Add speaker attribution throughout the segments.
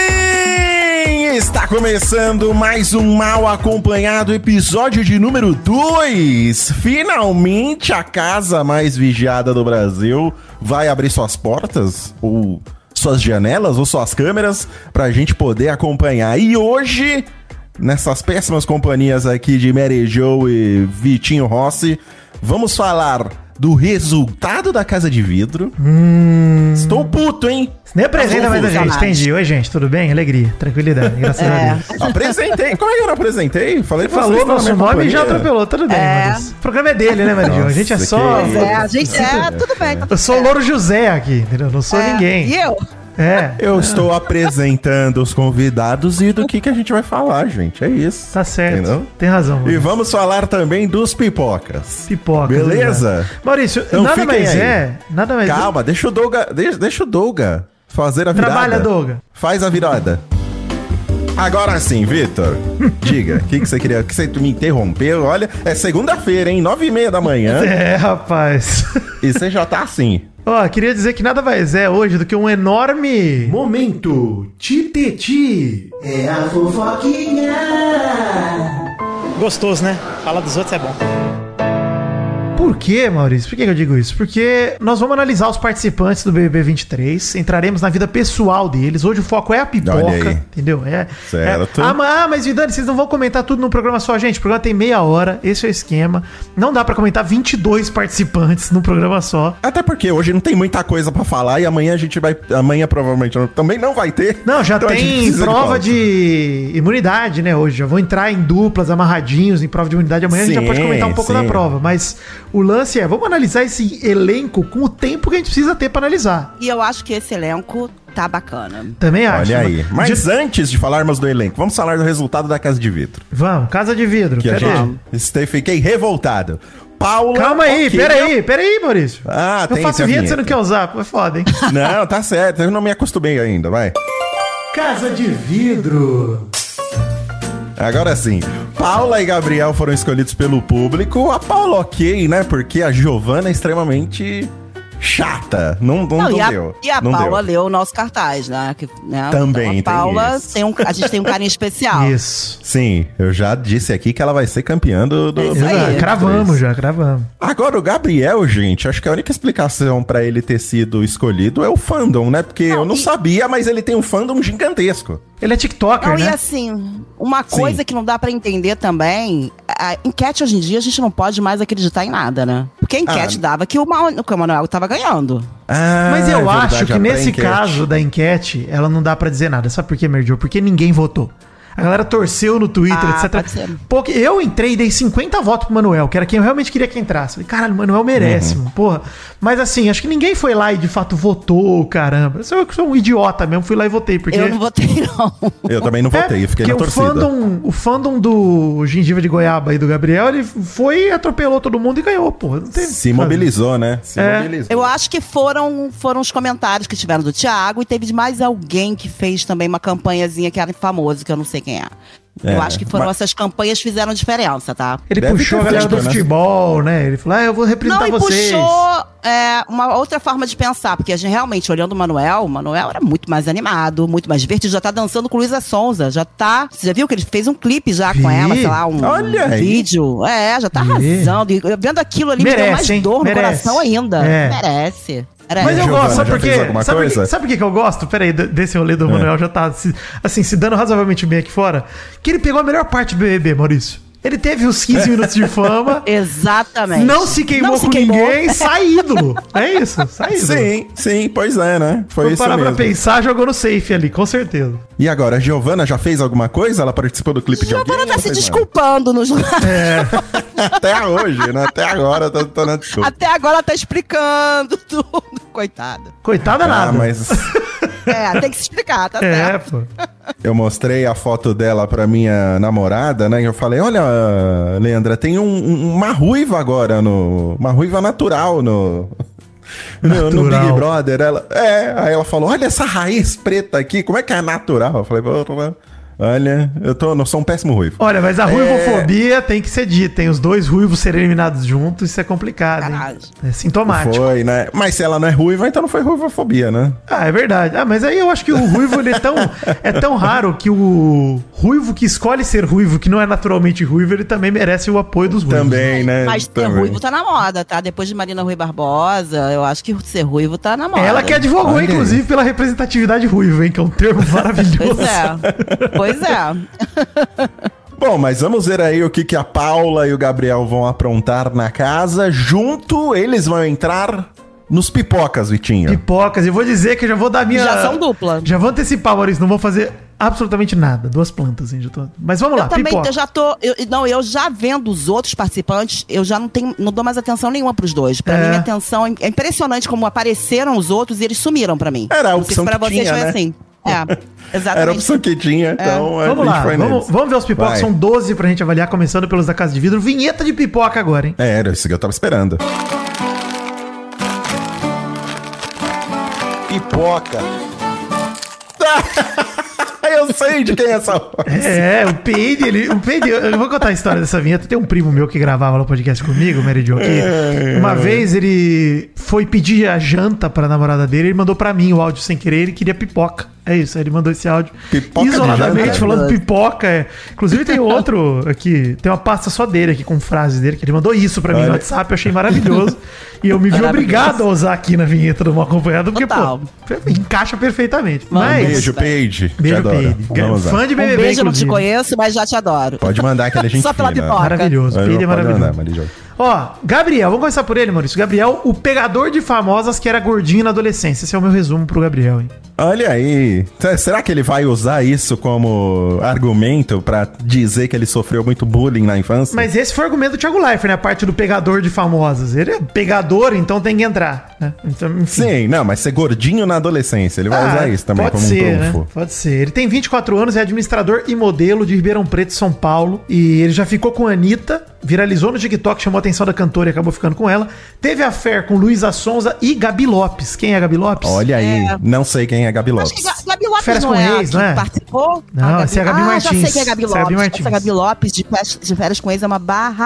Speaker 1: Sim! Está começando mais um mal acompanhado episódio de número 2. Finalmente a casa mais vigiada do Brasil vai abrir suas portas ou suas janelas ou suas câmeras para a gente poder acompanhar. E hoje, nessas péssimas companhias aqui de Mary Jo e Vitinho Rossi, vamos falar do resultado da Casa de Vidro. Estou puto, hein?
Speaker 2: Nem apresenta mais a
Speaker 1: Tá
Speaker 2: gente. Entendi. Oi, gente. Tudo bem? Alegria, tranquilidade. Graças
Speaker 3: É.
Speaker 2: a Deus.
Speaker 1: Apresentei. Como é que eu não apresentei? Falei que
Speaker 2: Falou
Speaker 1: vocês estão
Speaker 2: nosso
Speaker 1: na minha
Speaker 2: nome e já
Speaker 1: companhia.
Speaker 2: atropelou. Tudo bem,
Speaker 3: É.
Speaker 2: Maris. O programa é dele, né, Maria Jo? A gente é
Speaker 1: Nossa,
Speaker 2: só.
Speaker 1: que-
Speaker 3: Pois é, a gente. É, tudo bem. tá
Speaker 2: Eu
Speaker 3: tudo
Speaker 2: sou o
Speaker 3: certo.
Speaker 2: Louro José aqui, entendeu? Eu Não sou
Speaker 3: É,
Speaker 2: ninguém.
Speaker 3: E eu?
Speaker 2: É.
Speaker 1: Eu estou apresentando os convidados e do que, que a gente vai falar, gente. É isso.
Speaker 2: Tá certo.
Speaker 1: Entendeu?
Speaker 2: Tem razão.
Speaker 1: E
Speaker 2: Maurício.
Speaker 1: vamos falar também dos pipocas.
Speaker 2: Pipoca.
Speaker 1: Beleza?
Speaker 2: obrigado. Maurício,
Speaker 1: Então
Speaker 2: nada
Speaker 1: fiquem
Speaker 2: mais
Speaker 1: aí.
Speaker 2: é. Nada mais
Speaker 1: Calma, deixa o Douga. Deixa, deixa o Douga fazer a virada.
Speaker 2: Trabalha, Douga.
Speaker 1: Faz a virada. Agora sim, Vitor. Diga, o que, que você queria? Que você me interrompeu? Olha, é segunda-feira, hein? Nove e meia da manhã.
Speaker 2: É, rapaz.
Speaker 1: e você já tá assim.
Speaker 2: Ó, queria dizer que nada mais é hoje do que um enorme.
Speaker 4: Momento Titeti. É a fofoquinha.
Speaker 5: Gostoso, né? Falar dos outros é bom.
Speaker 2: Por que, Maurício? Por que que eu digo isso? Porque nós vamos analisar os participantes do BBB 23, entraremos na vida pessoal deles. Hoje o foco é a
Speaker 1: Olha
Speaker 2: pipoca,
Speaker 1: aí.
Speaker 2: entendeu? É,
Speaker 1: Certo.
Speaker 2: é- Ah, ma- ah, mas Vidani, vocês não vão comentar tudo num programa só, gente. O programa tem meia hora, esse é o esquema. Não dá pra comentar 22 participantes num programa só.
Speaker 1: Até porque hoje não tem muita coisa pra falar e amanhã a gente vai. Amanhã provavelmente não- também não vai ter.
Speaker 2: Não, já
Speaker 1: Então a gente
Speaker 2: tem
Speaker 1: precisa
Speaker 2: prova
Speaker 1: pauta.
Speaker 2: de, imunidade, né, hoje. Já vou entrar em duplas, amarradinhos, em prova de imunidade. Amanhã a gente já
Speaker 1: Sim,
Speaker 2: pode comentar um pouco
Speaker 1: sim.
Speaker 2: da prova. Mas o lance é, vamos analisar esse elenco com o tempo que a gente precisa ter pra analisar.
Speaker 3: E eu acho que esse elenco tá bacana.
Speaker 2: Também acho.
Speaker 1: Olha aí.
Speaker 2: De-
Speaker 1: Mas antes de falarmos do elenco, vamos falar do resultado da Casa de Vidro.
Speaker 2: Vamos, Casa de Vidro.
Speaker 1: Que a
Speaker 2: Cadê?
Speaker 1: gente. este- Fiquei revoltado. Paula.
Speaker 2: Calma aí,
Speaker 1: Oqueira-
Speaker 2: peraí, peraí, Maurício.
Speaker 1: Ah,
Speaker 2: eu
Speaker 1: tem
Speaker 2: faço
Speaker 1: essa
Speaker 2: vinheta, você
Speaker 1: vinheta.
Speaker 2: não quer usar, pô, é foda, hein?
Speaker 1: Não, tá certo. Eu não me acostumei ainda, vai.
Speaker 4: Casa de vidro.
Speaker 1: Agora sim. Paula e Gabriel foram escolhidos pelo público. A Paula ok, né? Porque a Giovana é extremamente chata. Não, não, não
Speaker 3: e, a,
Speaker 1: deu.
Speaker 3: e a
Speaker 1: não
Speaker 3: Paula
Speaker 1: deu.
Speaker 3: leu o nosso cartaz, né? Que, né?
Speaker 1: Também tem
Speaker 3: então, a Paula
Speaker 1: isso.
Speaker 3: tem um, a gente tem um carinho especial.
Speaker 2: Isso.
Speaker 1: Sim, eu já disse aqui que ela vai ser campeã do... do
Speaker 3: É isso aí.
Speaker 1: do-
Speaker 2: Ah,
Speaker 3: Aí.
Speaker 2: cravamos já, cravamos.
Speaker 1: Agora, o Gabriel, gente, acho que a única explicação pra ele ter sido escolhido é o fandom, né? Porque eu não
Speaker 3: e-
Speaker 1: sabia, mas ele tem um fandom gigantesco.
Speaker 2: Ele é TikToker,
Speaker 3: Não, e
Speaker 2: né?
Speaker 3: assim, uma
Speaker 1: Sim.
Speaker 3: coisa que não dá pra entender também, a enquete hoje em dia a gente não pode mais acreditar em nada, né? Porque a enquete
Speaker 1: Ah.
Speaker 3: dava que o, Ma- que o Manuel tava ganhando.
Speaker 1: Ah,
Speaker 2: Mas eu
Speaker 1: é
Speaker 2: acho
Speaker 1: verdade,
Speaker 2: que
Speaker 1: a
Speaker 2: nesse
Speaker 1: pré-enquete.
Speaker 2: caso da enquete, ela não dá pra dizer nada. Sabe por quê, Merdio? Porque ninguém votou. A galera torceu no Twitter,
Speaker 3: Ah, pode
Speaker 2: etc.
Speaker 3: ser.
Speaker 2: Porque eu entrei e dei 50 votos pro Manuel, que era quem eu realmente queria que entrasse. Falei, caralho, o Manuel merece,
Speaker 1: Uhum.
Speaker 2: mano, porra. Mas assim, acho que ninguém foi lá e de fato votou, caramba. Eu sou eu que sou um idiota mesmo, fui lá e votei. Porque é,
Speaker 3: Eu não votei, não.
Speaker 1: Eu também não votei, eu fiquei
Speaker 2: porque
Speaker 1: na torcida.
Speaker 2: O fandom, o fandom do Gengiva de Goiaba e do Gabriel, ele foi, atropelou todo mundo e ganhou, pô. Não teve o que
Speaker 1: Se
Speaker 2: fazer.
Speaker 1: mobilizou, né? Se
Speaker 2: É.
Speaker 1: mobilizou.
Speaker 3: Eu acho que foram, foram os comentários que tiveram do Thiago e teve de mais alguém que fez também uma campanhazinha que era famoso, que eu não sei quem é.
Speaker 1: É,
Speaker 3: eu acho que foram
Speaker 1: mas-
Speaker 3: essas campanhas que fizeram diferença, tá?
Speaker 2: Ele
Speaker 1: Deve
Speaker 2: puxou a
Speaker 1: ter
Speaker 2: galera
Speaker 1: feito,
Speaker 2: do
Speaker 1: né?
Speaker 2: futebol, né? Ele falou, ah, eu vou
Speaker 3: Não,
Speaker 2: representar
Speaker 3: e
Speaker 2: vocês.
Speaker 3: puxou é, uma outra forma de pensar, porque a gente realmente, olhando o Manuel, o Manuel era muito mais animado, muito mais divertido, já tá dançando com Luísa Sonza, já tá. Você já viu que ele fez um clipe já com
Speaker 2: Vi.
Speaker 3: ela, sei lá, um,
Speaker 1: Olha
Speaker 3: um
Speaker 1: aí.
Speaker 3: vídeo. É, já tá
Speaker 2: Vi.
Speaker 3: arrasando. E vendo aquilo ali, me deu
Speaker 2: Merece,
Speaker 3: mais
Speaker 2: hein?
Speaker 3: dor
Speaker 2: Merece.
Speaker 3: no coração ainda.
Speaker 2: É.
Speaker 3: Merece. Merece.
Speaker 2: Mas eu
Speaker 1: Giovana,
Speaker 2: gosto, sabe
Speaker 1: já
Speaker 2: por quê?
Speaker 1: fez alguma
Speaker 2: Sabe por quê?
Speaker 1: coisa? É.
Speaker 2: Sabe por quê que eu gosto? Peraí, d- desse rolê do Manuel já tá se- assim, se dando razoavelmente bem aqui fora. Que ele pegou a melhor parte do BBB, Maurício. Ele teve os 15 minutos de fama,
Speaker 3: Exatamente.
Speaker 2: não se queimou
Speaker 3: Não se
Speaker 2: com
Speaker 3: queimou.
Speaker 2: ninguém, sai ídolo. É isso, sai ídolo.
Speaker 1: Sim, sim, pois é, né? Foi
Speaker 2: Foi
Speaker 1: isso
Speaker 2: parar pra
Speaker 1: mesmo.
Speaker 2: pensar, jogou no safe ali, com certeza.
Speaker 1: E agora, a Giovana já fez alguma coisa? Ela participou do clipe de
Speaker 3: Giovana
Speaker 1: alguém?
Speaker 3: tá
Speaker 1: Não
Speaker 3: se
Speaker 1: fez
Speaker 3: desculpando nos
Speaker 1: nada. Até hoje, né? Até agora tá, tá na desculpa.
Speaker 3: Até agora ela tá explicando tudo. Coitada.
Speaker 2: Coitada
Speaker 1: Ah,
Speaker 2: nada.
Speaker 1: mas
Speaker 3: É, tem que se explicar, tá
Speaker 2: É,
Speaker 3: certo?
Speaker 2: pô.
Speaker 1: eu mostrei a foto dela pra minha namorada, né? E eu falei, olha, Leandra, tem um- um- uma ruiva agora no... Uma ruiva natural no... No, no
Speaker 2: Natural.
Speaker 1: Big Brother, ela. É, aí ela falou: olha essa raiz preta aqui, como é que é natural? Eu falei, olha, eu tô. Não sou um péssimo ruivo.
Speaker 2: Olha, mas a ruivofobia
Speaker 1: É.
Speaker 2: tem que ser dita, hein? Os dois ruivos serem eliminados juntos, isso é complicado, hein?
Speaker 3: Caralho.
Speaker 2: É sintomático.
Speaker 1: Foi, né? Mas se ela não é ruiva, então não foi ruivofobia, né?
Speaker 2: Ah, é verdade. Ah, mas aí eu acho que o ruivo ele é, tão, é tão raro que o ruivo que escolhe ser ruivo, que não é naturalmente ruivo, ele também merece o apoio dos ruivos.
Speaker 1: Também,
Speaker 2: é,
Speaker 1: né?
Speaker 3: Mas ser
Speaker 1: Também.
Speaker 3: ruivo tá na moda, tá? Depois de Marina Rui Barbosa, eu acho que ser ruivo tá na moda.
Speaker 2: Ela que advogou,
Speaker 1: Olha aí.
Speaker 2: inclusive, pela representatividade ruiva, hein? Que é um termo
Speaker 3: Pois
Speaker 2: maravilhoso.
Speaker 3: é. Pois é.
Speaker 1: Bom, mas vamos ver aí o que, que a Paula e o Gabriel vão aprontar na casa. Junto, eles vão entrar nos pipocas, Vitinho.
Speaker 2: Pipocas, e vou dizer que eu já vou dar minha.
Speaker 3: Já são dupla.
Speaker 2: Já vou antecipar, Maurício, não vou fazer absolutamente nada. Duas plantas, hein? Já tô... Mas vamos lá,
Speaker 3: eu também
Speaker 2: pipoca.
Speaker 3: já tô. eu- não, eu já vendo os outros participantes, eu já não tenho, não dou mais atenção nenhuma pros dois. Pra
Speaker 2: É.
Speaker 3: mim, a atenção é impressionante como apareceram os outros e eles sumiram pra mim.
Speaker 1: Era a
Speaker 3: Não sei
Speaker 1: opção
Speaker 3: se pra
Speaker 1: que
Speaker 3: vocês
Speaker 1: tinha,
Speaker 3: foi
Speaker 1: né?
Speaker 3: assim. É, exatamente.
Speaker 1: Era a opção que tinha, então a
Speaker 2: Vamos
Speaker 1: gente
Speaker 2: lá,
Speaker 1: foi
Speaker 2: vamos,
Speaker 1: neles.
Speaker 2: vamos ver os pipocas.
Speaker 1: Vai.
Speaker 2: São 12 pra gente avaliar, começando pelos da Casa de Vidro. Vinheta de pipoca agora, hein?
Speaker 1: É, era isso que eu tava esperando. Pipoca. eu sei de quem é essa voz.
Speaker 2: É, o Peide, ele. O Peide, eu eu vou contar a história dessa vinheta. Tem um primo meu que gravava lá o podcast comigo, o Mary Jo,
Speaker 1: É.
Speaker 2: que uma vez ele foi pedir a janta pra namorada dele, ele mandou pra mim o áudio sem querer, ele queria pipoca. É isso, aí ele mandou esse áudio
Speaker 1: Pipoca de
Speaker 2: isoladamente
Speaker 1: janta?
Speaker 2: falando pipoca. é. Inclusive tem outro aqui, tem uma pasta só dele aqui com frases dele, que ele mandou isso pra mim no
Speaker 1: Olha.
Speaker 2: WhatsApp, eu achei maravilhoso. e eu me vi obrigado a usar aqui na vinheta do Mal Acompanhado, porque,
Speaker 3: Total.
Speaker 2: pô, encaixa perfeitamente.
Speaker 3: Manda.
Speaker 2: Mas,
Speaker 1: Beijo, Paige. Te
Speaker 2: Beijo,
Speaker 1: adoro.
Speaker 2: Peide.
Speaker 1: Vamos lá.
Speaker 2: Fã de
Speaker 3: Um
Speaker 2: BBB,
Speaker 3: beijo, eu não te
Speaker 2: inclusive.
Speaker 3: conheço, mas já te adoro.
Speaker 1: Pode mandar que ele é gente
Speaker 3: Só pela
Speaker 1: fina.
Speaker 3: pipoca.
Speaker 2: Maravilhoso,
Speaker 1: Vai,
Speaker 2: Peide é
Speaker 1: pode
Speaker 2: maravilhoso.
Speaker 1: mandar, Mary Jo.
Speaker 2: Ó, Gabriel, vamos começar por ele, Maurício. Gabriel, o pegador de famosas que era gordinho na adolescência. Esse é o meu resumo pro Gabriel, hein?
Speaker 1: Olha aí. T- Será que ele vai usar isso como argumento pra dizer que ele sofreu muito bullying na infância?
Speaker 2: Mas esse foi o argumento do Thiago Leifert, né? A parte do pegador de famosas. Ele é pegador, então tem que entrar, né? Então, enfim.
Speaker 1: Sim, não, mas ser gordinho na adolescência, ele vai usar isso também
Speaker 2: Ah, pode
Speaker 1: como
Speaker 2: ser,
Speaker 1: um trunfo.
Speaker 2: Né? Pode ser. Ele tem 24 anos, é administrador e modelo de Ribeirão Preto, São Paulo. E ele já ficou com a Anitta, viralizou no TikTok, chamou a atenção da cantora e acabou ficando com ela. Teve a fé com Luísa Sonza e Gabi Lopes. Quem é a Gabi Lopes?
Speaker 1: Olha aí,
Speaker 3: É.
Speaker 1: não sei quem é Gabi
Speaker 3: Acho
Speaker 1: Lopes.
Speaker 3: que Ga- Gabi Lopes
Speaker 2: Férias
Speaker 3: não
Speaker 2: com
Speaker 3: é a
Speaker 2: Reis,
Speaker 3: que
Speaker 2: não é?
Speaker 3: participou?
Speaker 2: Não, essa é a Gabi
Speaker 3: ah,
Speaker 2: Martins.
Speaker 3: já sei que é a Gabi
Speaker 2: Essa é a Gabi
Speaker 3: Lopes.
Speaker 2: Martins.
Speaker 3: Essa Gabi Lopes de férias, de férias com ex é uma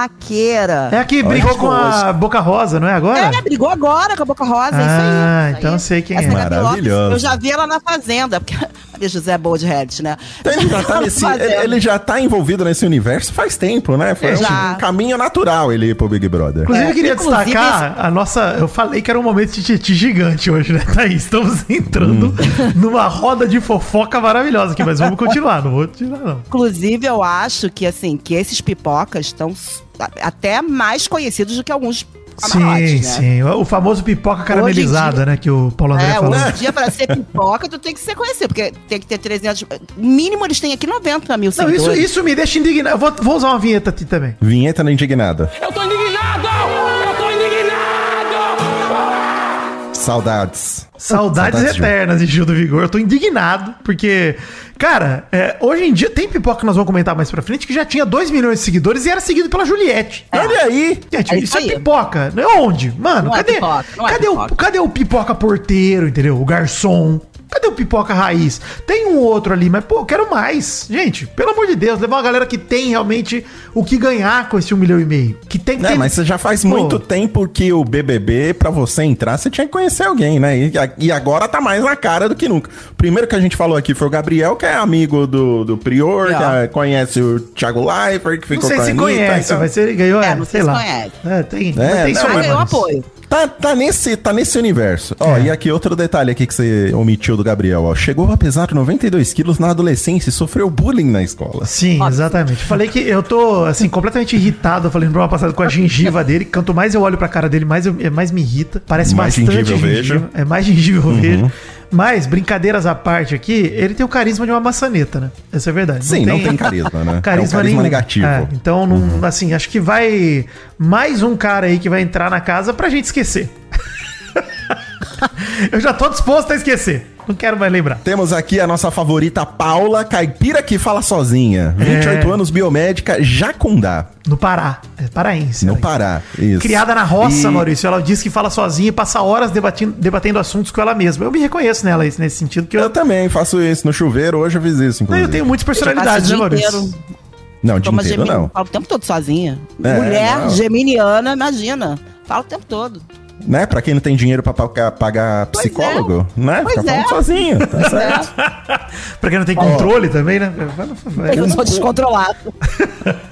Speaker 3: barraqueira.
Speaker 2: É a que
Speaker 1: Olha
Speaker 2: brigou
Speaker 1: que
Speaker 2: com a Boca Rosa, não é agora?
Speaker 3: Ela brigou agora com a Boca Rosa, é isso aí.
Speaker 2: Ah,
Speaker 3: isso aí.
Speaker 2: então eu sei quem é.
Speaker 3: Essa Gabi Lopes,
Speaker 1: Maravilhoso.
Speaker 3: eu já vi ela na Fazenda, porque Maria José é boa de reality, né?
Speaker 1: Então Ele já, tá
Speaker 3: Na
Speaker 1: nesse-
Speaker 3: Fazenda.
Speaker 1: ele- ele já tá envolvido nesse universo faz tempo, né? Foi
Speaker 3: Já.
Speaker 1: um caminho natural ele ir pro Big Brother.
Speaker 2: Inclusive,
Speaker 3: É,
Speaker 2: eu queria
Speaker 3: inclusive,
Speaker 2: destacar a nossa. Eu falei que era um momento de titi gigante hoje, né, Thaís? Estamos entrando
Speaker 1: Hum.
Speaker 2: numa roda de fofoca maravilhosa aqui, mas vamos continuar, não vou tirar, não.
Speaker 3: Inclusive, eu acho que, assim, que esses pipocas estão s- a- até mais conhecidos do que alguns camarotes,
Speaker 2: sim,
Speaker 3: né?
Speaker 2: sim. O famoso pipoca caramelizada, né? Que o Paulo André
Speaker 3: É,
Speaker 2: falou.
Speaker 3: hoje em dia, pra ser pipoca, tu tem que ser conhecido, porque tem que ter 300... Mínimo, eles têm aqui 90 mil
Speaker 2: Não,
Speaker 3: seguidores.
Speaker 2: isso, isso me deixa indignado. Eu Vou, vou usar uma vinheta aqui também.
Speaker 1: Vinheta na indignada.
Speaker 6: Eu tô indignado! Eu tô indignado!
Speaker 1: Saudades.
Speaker 2: Saudades,
Speaker 1: Saudades de um.
Speaker 2: eternas de Gil do Vigor. Eu tô indignado, porque, cara, é, hoje em dia tem pipoca que nós vamos comentar mais pra frente que já tinha 2 milhões de seguidores e era seguido pela Juliette.
Speaker 1: Olha aí!
Speaker 2: Gente,
Speaker 3: É
Speaker 2: isso é
Speaker 3: isso aí.
Speaker 2: pipoca. Não é onde? Mano,
Speaker 3: Não é
Speaker 2: cadê,
Speaker 3: pipoca, não é
Speaker 2: cadê, o,
Speaker 3: pipoca.
Speaker 2: cadê o pipoca porteiro, entendeu? O garçom. Cadê o pipoca raiz? Tem um outro ali, mas, pô, eu quero mais. Gente, pelo amor de Deus, levar uma galera que tem realmente o que ganhar com esse um milhão e meio. Que tem que
Speaker 1: Né,
Speaker 2: ter...
Speaker 1: mas você já faz
Speaker 2: Pô.
Speaker 1: muito tempo que o BBB, pra você entrar, você tinha que conhecer alguém, né? E, a- e agora tá mais na cara do que nunca. Primeiro que a gente falou aqui foi o Gabriel, que é amigo do, do Prior,
Speaker 3: Prior.
Speaker 1: que é- conhece o Thiago Leifert, que
Speaker 2: Ah. Não
Speaker 1: ficou
Speaker 2: sei
Speaker 1: com a
Speaker 2: se
Speaker 1: Anitta,
Speaker 2: conhece,
Speaker 1: então-
Speaker 2: mas se ele ganhou,
Speaker 3: É,
Speaker 2: é,
Speaker 3: não
Speaker 2: sei
Speaker 3: sei se
Speaker 2: lá.
Speaker 3: conhece.
Speaker 2: É, tem, mas
Speaker 1: É,
Speaker 2: tem isso
Speaker 1: não,
Speaker 2: aí,
Speaker 3: Ah, eu
Speaker 2: mano.
Speaker 3: apoio.
Speaker 1: Tá, tá, nesse, tá nesse universo.
Speaker 2: É.
Speaker 1: Ó, e aqui outro detalhe aqui que você omitiu do Gabriel, ó. Chegou a pesar 92 quilos na adolescência e sofreu bullying na escola.
Speaker 2: Sim, exatamente. Falei que eu tô, assim, completamente irritado. Eu falei no programa passado com a gengiva dele. Quanto mais eu olho pra cara dele, mais, eu- é, mais me irrita. Parece
Speaker 1: Mais
Speaker 2: bastante
Speaker 1: gengiva eu vejo. Uhum.
Speaker 2: É mais gengiva eu vejo. Mas, brincadeiras à parte aqui, ele tem o carisma de uma maçaneta, né? Essa é a verdade.
Speaker 1: Sim, não tem carisma, né? É
Speaker 2: Carisma,
Speaker 1: um carisma
Speaker 2: nenhum.
Speaker 1: negativo. Uhum.
Speaker 2: É, então, não, assim, acho que vai mais um cara aí que vai entrar na casa pra gente esquecer. Eu já tô disposto a esquecer. Não quero mais lembrar.
Speaker 1: Temos aqui a nossa favorita Paula Caipira que fala sozinha.
Speaker 2: É.
Speaker 1: 28 anos, biomédica, Jacundá,
Speaker 2: No Pará. É paraense.
Speaker 1: não
Speaker 2: ela.
Speaker 1: Pará. Isso.
Speaker 2: Criada na roça,
Speaker 1: E-
Speaker 2: Maurício. Ela diz que fala sozinha e passa horas debatendo, debatendo assuntos com ela mesma. Eu me reconheço nela isso- nesse sentido, que eu,
Speaker 1: Eu também faço isso no chuveiro, hoje eu fiz isso,
Speaker 2: Não,
Speaker 1: inclusive.
Speaker 2: eu tenho muitas
Speaker 3: Passa
Speaker 2: personalidades, né,
Speaker 3: o dia
Speaker 2: Maurício?
Speaker 3: inteiro.
Speaker 1: Não, o dia
Speaker 3: Toma
Speaker 1: inteiro
Speaker 3: geminiano,
Speaker 1: um não.
Speaker 3: fala o tempo todo sozinha.
Speaker 1: É,
Speaker 3: Mulher
Speaker 1: não.
Speaker 3: geminiana, imagina. Fala o tempo todo.
Speaker 1: Né? Pra quem não tem dinheiro pra pagar, pagar
Speaker 3: Pois é.
Speaker 1: psicólogo, né?
Speaker 3: Pois
Speaker 1: Fica falando
Speaker 3: é.
Speaker 1: sozinho, tá certo?
Speaker 2: Pra quem não tem controle também, né? Vai- vai-
Speaker 3: É Eu sou descontrolado.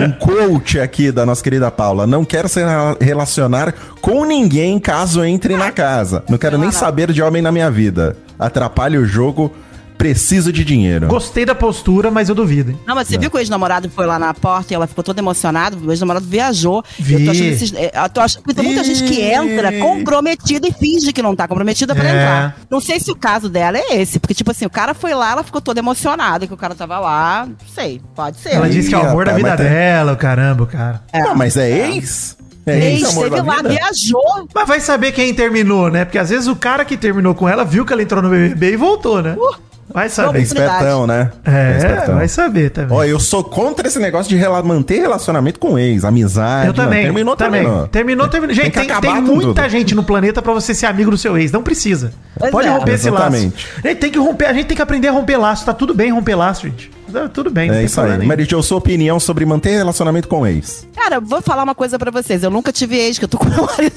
Speaker 1: Um coach aqui da nossa querida Paula. Não quero se rela- relacionar com ninguém caso entre na casa. Não quero nem saber de homem na minha vida. Atrapalha o jogo. Preciso de dinheiro.
Speaker 2: Gostei da postura, mas eu duvido. hein?
Speaker 3: Não, mas
Speaker 1: É.
Speaker 3: você viu que o ex-namorado foi lá na porta e ela ficou toda emocionada? O ex-namorado viajou.
Speaker 2: Vi.
Speaker 3: Eu tô achando esses, eh, eu tô achando que tem muita
Speaker 1: Ih.
Speaker 3: gente que entra comprometida e finge que não tá comprometida pra
Speaker 2: É.
Speaker 3: entrar. Não sei se o caso dela é esse, porque, tipo assim, o cara foi lá, ela ficou toda emocionada que o cara tava lá. Não sei, pode ser.
Speaker 2: Ela
Speaker 1: Ih,
Speaker 2: disse que é o amor da
Speaker 1: rapaz,
Speaker 2: vida
Speaker 1: mas tem-
Speaker 2: dela, o caramba, cara.
Speaker 1: Não, mas é ex? É
Speaker 3: Ex,
Speaker 1: amor
Speaker 3: teve
Speaker 1: da
Speaker 3: lá,
Speaker 1: vida?
Speaker 3: viajou.
Speaker 2: Mas vai saber quem terminou, né? Porque às vezes o cara que terminou com ela viu que ela entrou no BBB e voltou, né?
Speaker 3: Uh,
Speaker 2: Vai
Speaker 1: É
Speaker 2: saber.
Speaker 3: vamos-
Speaker 1: espertão, né?
Speaker 2: É,
Speaker 1: espertão.
Speaker 2: vai saber também.
Speaker 1: Ó, eu sou contra esse negócio de rela- manter relacionamento com ex, amizade.
Speaker 2: Eu também.
Speaker 1: não. Terminou,
Speaker 2: também.
Speaker 1: terminou.
Speaker 2: Terminou, terminou. Gente,
Speaker 1: que
Speaker 2: tem,
Speaker 1: acabar
Speaker 2: tem
Speaker 1: com
Speaker 2: muita
Speaker 1: tudo.
Speaker 2: gente no planeta pra você ser amigo do seu ex. Não precisa.
Speaker 3: Pois
Speaker 2: Pode
Speaker 3: é.
Speaker 2: romper esse
Speaker 1: Exatamente.
Speaker 2: laço. Gente, tem que romper. A gente tem que aprender a romper laço. Tá tudo bem romper laço, gente. Tá tudo bem. não
Speaker 1: É
Speaker 2: tem
Speaker 1: isso aí.
Speaker 2: problema nenhum.
Speaker 1: Merit, eu sou opinião sobre manter relacionamento com ex.
Speaker 3: Cara, vou falar uma coisa pra vocês. Eu nunca tive ex, que eu tô com meu marido.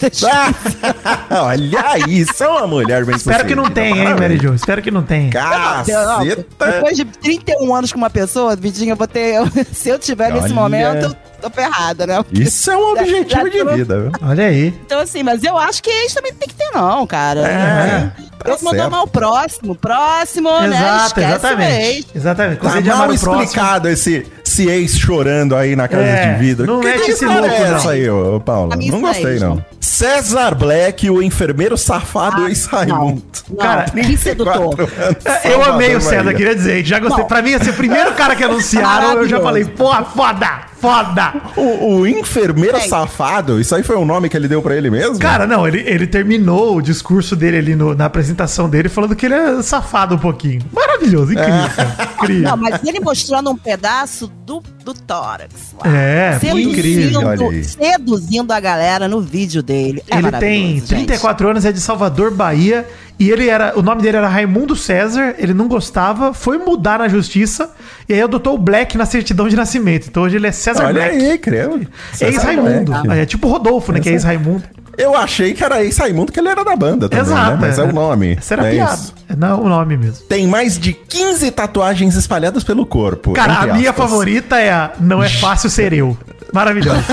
Speaker 1: Olha aí, isso é uma mulher bem
Speaker 2: Espero que não tenha, hein, Mary Jo? Espero que não tenha.
Speaker 1: Caceta!
Speaker 3: Depois de 31 anos com uma pessoa, Vidinha, eu vou ter. se eu tiver nesse
Speaker 1: Olha.
Speaker 3: momento, eu tô ferrada, né?
Speaker 1: Isso é um
Speaker 3: Já-
Speaker 1: objetivo
Speaker 3: já
Speaker 1: de
Speaker 3: tô-
Speaker 1: vida, viu?
Speaker 2: Olha aí.
Speaker 3: Então, assim, mas eu acho que ex também tem que ter, não, cara.
Speaker 1: É, tá
Speaker 3: eu vou
Speaker 1: certo.
Speaker 3: mandar mal o próximo. Próximo, né?
Speaker 2: Exato,
Speaker 3: Esquece o ex.
Speaker 2: exatamente. Exatamente.
Speaker 1: Tá
Speaker 2: Conselho de amar
Speaker 1: mal
Speaker 2: o próximo.
Speaker 1: explicado esse, esse ex chorando aí na casa
Speaker 2: É,
Speaker 1: de vidro.
Speaker 2: não mete esse
Speaker 1: história
Speaker 2: louco,
Speaker 1: é
Speaker 2: não.
Speaker 1: essa aí, ô, ô, Paula?
Speaker 3: Pra mim,
Speaker 1: Não
Speaker 3: isso é
Speaker 1: gostei,
Speaker 3: ex,
Speaker 1: não.
Speaker 3: não.
Speaker 1: César Black, o enfermeiro safado ex-Raimundo.
Speaker 3: Ah, Não,
Speaker 2: Cara,
Speaker 3: que sedutor.
Speaker 1: 34 anos,
Speaker 2: Eu
Speaker 1: Salvador,
Speaker 2: amei o César,
Speaker 1: Bahia.
Speaker 2: queria dizer. Já gostei. Pra mim, ia ser o primeiro cara que anunciaram. Eu já
Speaker 3: Maravilhoso.
Speaker 2: falei, porra, foda, foda.
Speaker 1: O, o enfermeiro
Speaker 3: Gente.
Speaker 1: safado, isso aí foi o nome que ele deu pra ele mesmo?
Speaker 2: Cara, não, ele, ele terminou o discurso dele ali no- na apresentação dele falando que ele é safado um pouquinho. Maravilhoso, incrível, cara.
Speaker 3: Não,
Speaker 2: Incrível.
Speaker 3: mas ele mostrando um pedaço do, do tórax. lá.
Speaker 2: É, incrível,
Speaker 1: olha aí.
Speaker 3: seduzindo a galera no vídeo dele. É
Speaker 2: Ele
Speaker 3: maravilhoso,
Speaker 2: tem
Speaker 3: gente.
Speaker 2: 34 anos, é de Salvador, Bahia. E ele era. O nome dele era Raimundo César, ele não gostava, foi mudar na justiça e aí adotou o Black na certidão de nascimento. Então hoje ele é César
Speaker 1: Olha
Speaker 2: Black.
Speaker 1: aí, creio.
Speaker 2: Ex-Raimundo. É tipo Rodolfo, né? Que é ex-Raimundo.
Speaker 1: Eu achei que era ex-Raimundo, que ele era da banda também, né? Mas é o nome.
Speaker 2: Será
Speaker 1: é
Speaker 2: piada.
Speaker 1: isso.
Speaker 2: É não, o nome mesmo.
Speaker 1: Tem mais de 15 tatuagens espalhadas pelo corpo.
Speaker 2: Cara,
Speaker 1: entre
Speaker 2: a minha
Speaker 1: aspas.
Speaker 2: favorita é a Não é fácil ser eu. Maravilhosa.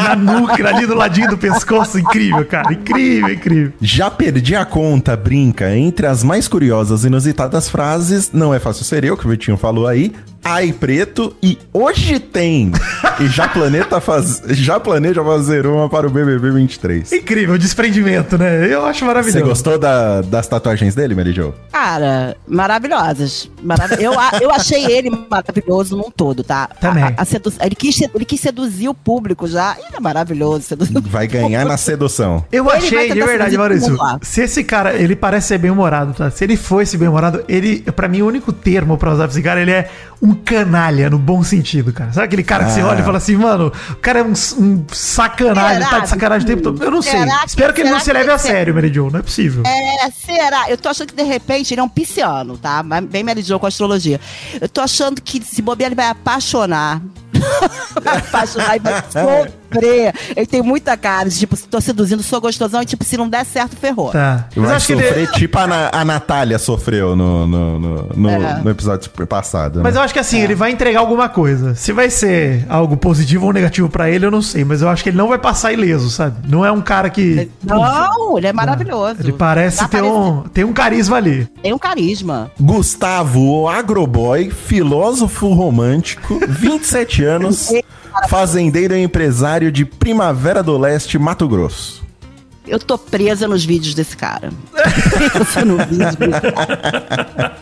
Speaker 2: Na nuca, ali do ladinho do pescoço. Incrível, cara. Incrível, incrível.
Speaker 1: Já perdi a conta, brinca. Entre as mais curiosas e inusitadas frases, não é fácil ser eu, que o Vitinho falou aí. Ai, preto, e hoje tem. e já, planeta faz... já planeja fazer uma para o BBB 23.
Speaker 2: Incrível, o desprendimento, né? Eu acho maravilhoso.
Speaker 1: Você gostou da- das tatuagens dele, Mary Jo?
Speaker 3: Cara, maravilhosas. Marav- eu, a- eu achei ele maravilhoso num todo, tá?
Speaker 2: Também.
Speaker 3: A- a sedu- ele, quis, sedu- ele quis seduzir o público já. Ele é maravilhoso. Seduzindo
Speaker 1: Vai ganhar na sedução.
Speaker 2: Eu
Speaker 3: Ele vai
Speaker 2: achei,
Speaker 3: tentar
Speaker 2: de verdade,
Speaker 3: seduzir todo
Speaker 2: Maurício.
Speaker 3: mundo lá.
Speaker 2: Se esse cara, ele parece ser bem-humorado, tá? Se ele for esse bem-humorado, ele, pra mim, o único termo pra usar pra esse cara, ele é um canalha, no bom sentido, cara. Sabe aquele cara que você
Speaker 1: Ah.
Speaker 2: olha e fala assim, mano, o cara é um, um sacanagem,
Speaker 3: Será?
Speaker 2: tá de sacanagem o tempo todo. Eu não sei.
Speaker 3: Será que-
Speaker 2: Espero que ele não
Speaker 3: será
Speaker 2: se
Speaker 3: que
Speaker 2: leve a
Speaker 3: você-
Speaker 2: sério, Mary Jo, não é possível.
Speaker 3: É, será? Eu tô achando que de repente ele é um pisciano, tá? Mas Bem Mary Jo com astrologia. Eu tô achando que se bobear ele vai apaixonar. vai apaixonar e vai sofrer. Ele tem muita cara de tipo, tô seduzindo, sou gostosão e tipo, se não der certo, ferrou.
Speaker 2: Tá. Mas
Speaker 1: Vai
Speaker 2: acho que
Speaker 1: sofrer
Speaker 2: ele...
Speaker 1: tipo a, Na- a Natália sofreu no, no, no, no- no episódio passado.
Speaker 2: Mas
Speaker 1: né?
Speaker 2: eu acho que assim, ele vai entregar alguma coisa. Se vai ser algo positivo ou negativo pra ele, eu não sei. Mas eu acho que ele não vai passar ileso, sabe? Não é um cara que.
Speaker 3: Não, ele é maravilhoso.
Speaker 2: Tá. Ele parece
Speaker 3: Tá
Speaker 2: ter
Speaker 3: parecendo-
Speaker 2: um, tem um carisma ali.
Speaker 3: Tem um carisma.
Speaker 1: Gustavo, o agroboy, filósofo romântico, 27 anos, fazendeiro e empresário de Primavera do Leste, Mato Grosso.
Speaker 3: Eu tô presa nos vídeos desse cara. Tô presa no vídeo desse cara.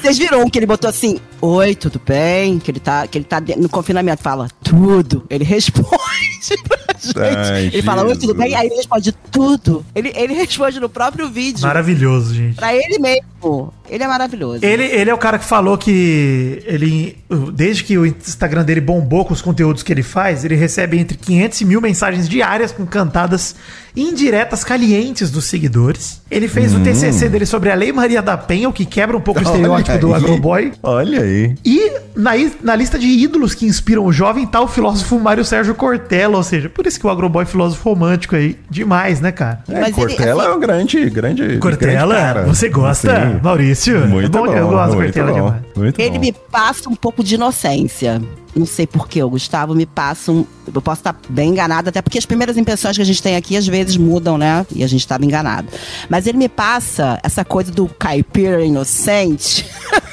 Speaker 3: Vocês viram um que ele botou assim: Oi, tudo bem? Que ele tá, que ele tá de- no confinamento, fala tudo. Ele responde. gente.
Speaker 1: Ai,
Speaker 3: ele fala, oi, tudo
Speaker 1: Jesus.
Speaker 3: bem? Aí ele responde tudo. Ele, ele responde no próprio vídeo.
Speaker 2: Maravilhoso, gente.
Speaker 3: Pra ele mesmo. Ele é maravilhoso.
Speaker 2: Ele, ele é o cara que falou que ele, desde que o Instagram dele bombou com os conteúdos que ele faz, ele recebe entre 500 e mil mensagens diárias com cantadas indiretas calientes dos seguidores. Ele fez o TCC dele sobre a Lei Maria da Penha, o que quebra um pouco o estereótipo do
Speaker 1: aí.
Speaker 2: agroboy.
Speaker 1: Olha aí.
Speaker 2: E na, i- na lista de ídolos que inspiram o jovem tá o filósofo Mário Sérgio Cortella, ou seja, por isso que o agroboy é filósofo romântico aí. Demais, né, cara?
Speaker 1: É,
Speaker 3: Mas ele,
Speaker 1: Cortella
Speaker 3: assim-
Speaker 1: é um grande, grande. grande
Speaker 2: Cortella,
Speaker 1: cara.
Speaker 2: você gosta,
Speaker 1: Sim.
Speaker 2: Maurício? É
Speaker 1: Muito bom,
Speaker 2: eu gosto do
Speaker 1: muito
Speaker 2: Cortella
Speaker 1: bom,
Speaker 2: demais.
Speaker 1: muito
Speaker 3: Ele
Speaker 1: bom.
Speaker 3: me passa um pouco de inocência. Não sei porquê, o Gustavo me passa um. Eu posso estar bem enganada, até porque as primeiras impressões que a gente tem aqui às vezes mudam, né? E a gente estava enganado. Mas ele me passa essa coisa do caipira inocente.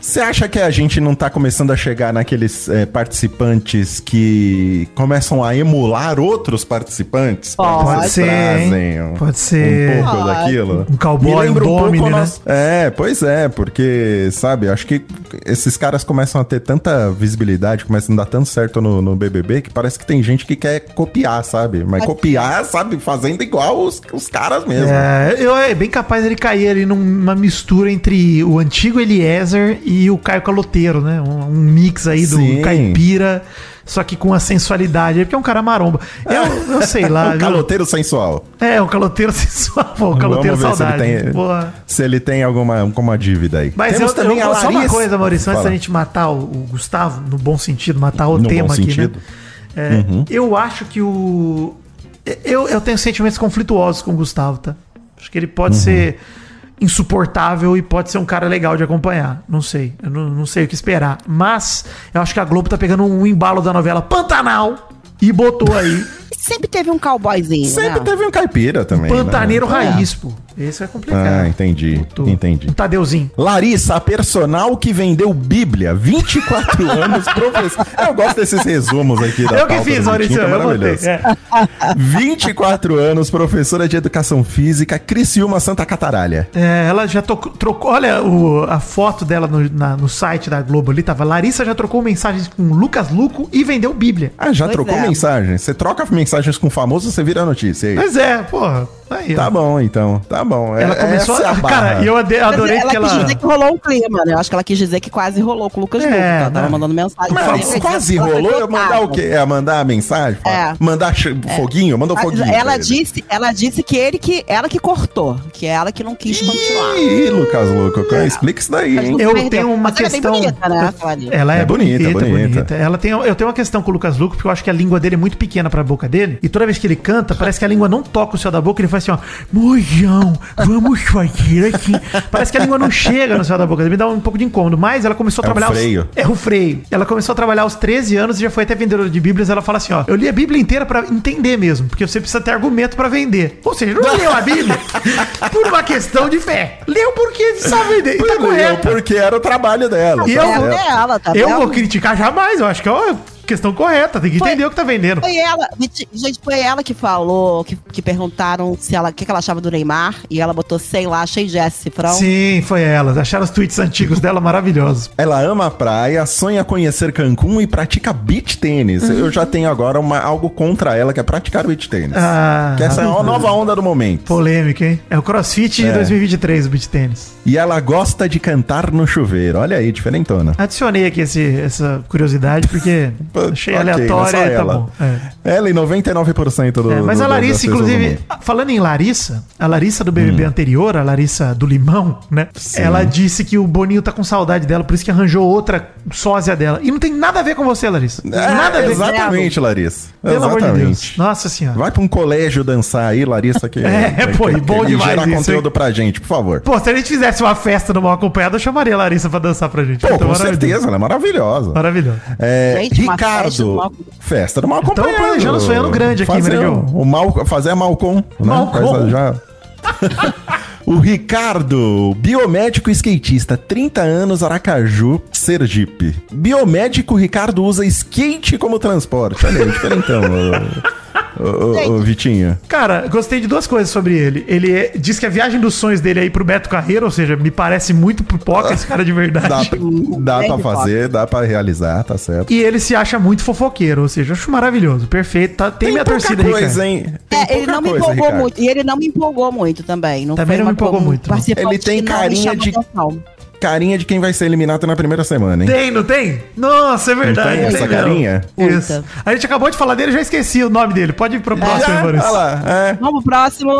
Speaker 1: Você acha que a gente não tá começando a chegar naqueles eh, participantes que começam a emular outros participantes? Pra ver se
Speaker 3: Pode
Speaker 1: eles
Speaker 2: ser, hein?
Speaker 1: trazem um-
Speaker 2: Pode ser.
Speaker 1: Um pouco
Speaker 3: Pode.
Speaker 1: daquilo.
Speaker 2: Um cowboy,
Speaker 1: Me lembra
Speaker 2: um
Speaker 1: pouco
Speaker 2: domine,
Speaker 1: o
Speaker 2: né?
Speaker 1: É, pois é, porque, sabe, acho que esses caras começam a ter tanta visibilidade, começam a dar tanto certo no, no BBB, que parece que tem gente que quer copiar, sabe? Mas copiar, sabe, fazendo igual os, os caras mesmo.
Speaker 2: É, eu é bem capaz ele cair ali numa mistura entre o antigo Eliezer e o Caio Caloteiro, né? Um, um mix aí do
Speaker 1: Sim.
Speaker 2: caipira, só que com a sensualidade, porque é um cara maromba. Eu, eu sei lá,
Speaker 1: um
Speaker 2: viu?
Speaker 1: caloteiro sensual.
Speaker 2: É, o caloteiro sensual, pô, o caloteiro
Speaker 1: Vamos ver
Speaker 2: saudade.
Speaker 1: Se ele tem,
Speaker 2: Porra.
Speaker 1: se ele tem alguma, alguma dívida aí.
Speaker 2: Mas eu, eu,
Speaker 1: a
Speaker 2: só uma
Speaker 1: Larissa-
Speaker 2: coisa, Maurício, antes
Speaker 1: Fala.
Speaker 2: da gente matar o, o Gustavo, no bom sentido, matar o
Speaker 1: No
Speaker 2: tema
Speaker 1: bom
Speaker 2: aqui,
Speaker 1: sentido. Uhum.
Speaker 2: né? É, Eu acho que o. Eu, eu tenho sentimentos conflituosos com o Gustavo, tá? Acho que ele pode
Speaker 1: Uhum.
Speaker 2: ser insuportável e pode ser um cara legal de acompanhar. Não sei. Eu não, não sei o que esperar. Mas eu acho que a Globo tá pegando um embalo da novela Pantanal e botou aí
Speaker 3: Sempre teve um cowboyzinho.
Speaker 1: Sempre
Speaker 3: né?
Speaker 1: teve um caipira também. né?
Speaker 2: Pantaneiro Raiz, pô. Esse é complicado.
Speaker 1: Ah, entendi.
Speaker 2: Botou
Speaker 1: Entendi.
Speaker 2: Um Tadeuzinho.
Speaker 1: Larissa, a personal que vendeu Bíblia, 24 anos, professor. Eu gosto desses resumos aqui da
Speaker 2: Eu que
Speaker 1: pauta
Speaker 2: fiz,
Speaker 1: do Vitinho,
Speaker 2: Maurício.
Speaker 1: que é
Speaker 2: Eu botei.
Speaker 1: maravilhoso.
Speaker 2: É.
Speaker 1: 24 anos, professora de educação física, Criciúma Santa Cataralha.
Speaker 2: É, ela já tocou- trocou. Olha o- a foto dela no, na- no site da Globo ali, tava. Larissa já trocou mensagens com Lucas Luco e vendeu Bíblia.
Speaker 1: Ah, já
Speaker 3: Pois
Speaker 1: trocou
Speaker 3: é.
Speaker 1: mensagem. Você troca mensagens com famoso, você vira notícia. e aí?
Speaker 2: Mas é, porra. Aí, ó.
Speaker 1: Tá bom, então. Tá bom. É-
Speaker 2: Ela começou
Speaker 1: essa é
Speaker 2: a.
Speaker 1: barra.
Speaker 2: Cara, eu ade-
Speaker 3: Mas
Speaker 2: adorei
Speaker 3: ela
Speaker 2: que
Speaker 3: quis
Speaker 2: ela.
Speaker 3: dizer que rolou um clima, né? Eu acho que ela quis dizer que quase rolou com o Lucas
Speaker 2: É,
Speaker 3: Luco. Ela tava
Speaker 2: né?
Speaker 3: mandando mensagem.
Speaker 1: Mas é
Speaker 3: Ela
Speaker 1: quase
Speaker 3: foi
Speaker 1: rolou eu mandar
Speaker 3: cortada.
Speaker 1: o quê? É mandar a mensagem? Falar-
Speaker 3: É.
Speaker 1: Mandar che- foguinho? Mandou
Speaker 3: Mas
Speaker 1: foguinho. pra
Speaker 3: Ela
Speaker 1: ele.
Speaker 3: disse, ela disse que ele que ela que cortou, que é ela que não quis continuar. É.
Speaker 1: Ih, Lucas Louco, explica isso daí, hein?
Speaker 2: Eu
Speaker 3: Perdeu.
Speaker 2: tenho uma
Speaker 3: Mas ela é bem
Speaker 2: questão.
Speaker 3: bonita, né, Flávia?
Speaker 2: Ela é,
Speaker 1: É bonita, bonita.
Speaker 2: Ela tem, eu tenho uma questão com o Lucas Luco, porque eu acho que a língua dele é muito pequena pra boca dele. E toda vez que ele canta, parece que a língua não toca o céu da boca. Ele faz assim, ó. Mojão, vamos fazer aqui. Parece que a língua não chega no céu da boca. Me dá um pouco de incômodo. Mas ela começou
Speaker 1: É
Speaker 2: a
Speaker 1: o
Speaker 2: trabalhar. os-
Speaker 1: freio.
Speaker 2: é o freio. Ela começou a trabalhar aos 13 anos e já foi até vendedora de Bíblias. Ela fala assim, ó. Eu li a Bíblia inteira pra entender mesmo, porque você precisa ter argumento pra vender. Ou seja, não leu a Bíblia por uma questão de fé. Leu porque sabe vender. E tá correto.
Speaker 1: Porque era o trabalho dela.
Speaker 2: E
Speaker 1: tá
Speaker 2: eu-
Speaker 1: certo.
Speaker 3: é ela, tá
Speaker 2: Eu
Speaker 3: vendo?
Speaker 2: vou criticar jamais, eu acho que é uma questão correta, tem que
Speaker 3: Foi-
Speaker 2: entender o que tá vendendo.
Speaker 3: Foi ela, me di- gente, foi ela que falou, que, que perguntaram se ela, o que, que ela achava do Neymar, e ela botou, sei lá, achei Jesse Cifrão.
Speaker 2: Sim, foi ela. Acharam os tweets antigos dela maravilhosos.
Speaker 1: Ela ama a praia, sonha conhecer Cancún e pratica beach tênis.
Speaker 3: Uhum.
Speaker 1: Eu já tenho agora uma- algo contra ela, que é praticar beach tênis.
Speaker 2: Ah,
Speaker 1: que essa é a nova onda do momento.
Speaker 2: Polêmica, hein? É o CrossFit de 2023, o beat tênis.
Speaker 1: E ela gosta de cantar no chuveiro. Olha aí, diferentona.
Speaker 2: Adicionei aqui esse- essa curiosidade, porque achei
Speaker 1: Ok,
Speaker 2: aleatória
Speaker 1: mas só
Speaker 2: e tá
Speaker 1: ela.
Speaker 2: bom. É.
Speaker 1: Ela e 99% do.
Speaker 2: É, mas
Speaker 1: do- das
Speaker 2: a Larissa,
Speaker 1: pessoas do
Speaker 2: inclusive,
Speaker 1: mundo.
Speaker 2: falando em Larissa, a Larissa do BBB
Speaker 1: Hum.
Speaker 2: anterior, a Larissa do Limão, né? Ela disse que o Boninho tá com saudade dela, por isso que arranjou outra sósia dela. E não tem nada a ver com você, Larissa.
Speaker 1: É,
Speaker 2: nada a ver
Speaker 1: Exatamente, Larissa.
Speaker 2: Pelo
Speaker 1: exatamente.
Speaker 2: amor de Deus. Nossa senhora.
Speaker 1: Vai pra um colégio dançar aí, Larissa, que.
Speaker 2: É, pô, e bom
Speaker 1: que
Speaker 2: demais
Speaker 1: gerar
Speaker 2: isso,
Speaker 1: conteúdo
Speaker 2: hein?
Speaker 1: pra gente, por favor.
Speaker 2: Pô, se a gente fizesse uma festa no Mal Acompanhado, eu chamaria a Larissa pra dançar pra gente.
Speaker 1: Pô,
Speaker 2: Então,
Speaker 1: com
Speaker 2: maravilhoso.
Speaker 1: certeza, ela é maravilhosa.
Speaker 2: Maravilhoso.
Speaker 1: É,
Speaker 3: Gente, uma festa do
Speaker 1: Ricardo,
Speaker 3: mal-
Speaker 1: festa do mal
Speaker 2: Então,
Speaker 1: acompanhado.
Speaker 2: planejando, sonhando grande aqui,
Speaker 1: fazer
Speaker 2: Meridio.
Speaker 1: o, o mal, Fazer a Malcom. Né?
Speaker 2: Malcom.
Speaker 1: Faz a- já- o Ricardo, biomédico e skatista, 30 anos, Aracaju, Sergipe. Biomédico Ricardo usa skate como transporte. Olha aí, diferentão. ô, ô, Vitinho.
Speaker 2: Cara, gostei de duas coisas sobre ele. Ele é- diz que a viagem dos sonhos dele é ir pro Beto Carreiro, ou seja, me parece muito pipoca esse cara de verdade.
Speaker 1: Dá, dá pra
Speaker 3: Grande
Speaker 1: fazer, dá pra realizar, tá certo.
Speaker 2: E ele se acha muito fofoqueiro, ou seja, eu acho maravilhoso, perfeito. Tá, tem, minha
Speaker 1: pouca
Speaker 2: torcida aí,
Speaker 1: coisa,
Speaker 2: cara.
Speaker 1: hein? Tem
Speaker 3: É, ele
Speaker 1: pouca
Speaker 3: não me
Speaker 1: coisa,
Speaker 3: empolgou
Speaker 1: Ricardo.
Speaker 3: muito. E ele não me empolgou muito também. Não
Speaker 2: Também não
Speaker 3: foi
Speaker 2: me
Speaker 3: uma
Speaker 2: empolgou
Speaker 3: co- um
Speaker 2: muito, não.
Speaker 3: participante
Speaker 1: Ele tem
Speaker 3: que não me
Speaker 1: carinha
Speaker 3: chamou
Speaker 1: de-
Speaker 3: atenção.
Speaker 1: Carinha de quem vai ser eliminado na primeira semana, hein?
Speaker 2: Tem, não tem? Nossa, é verdade.
Speaker 1: tem essa
Speaker 2: mesmo.
Speaker 1: carinha?
Speaker 2: Isso.
Speaker 3: Muita.
Speaker 2: A gente acabou de falar dele, eu já esqueci o nome dele. Pode ir pro próximo,
Speaker 1: Ah,
Speaker 2: Evaristo.
Speaker 1: olha lá, é.
Speaker 3: Vamos pro próximo.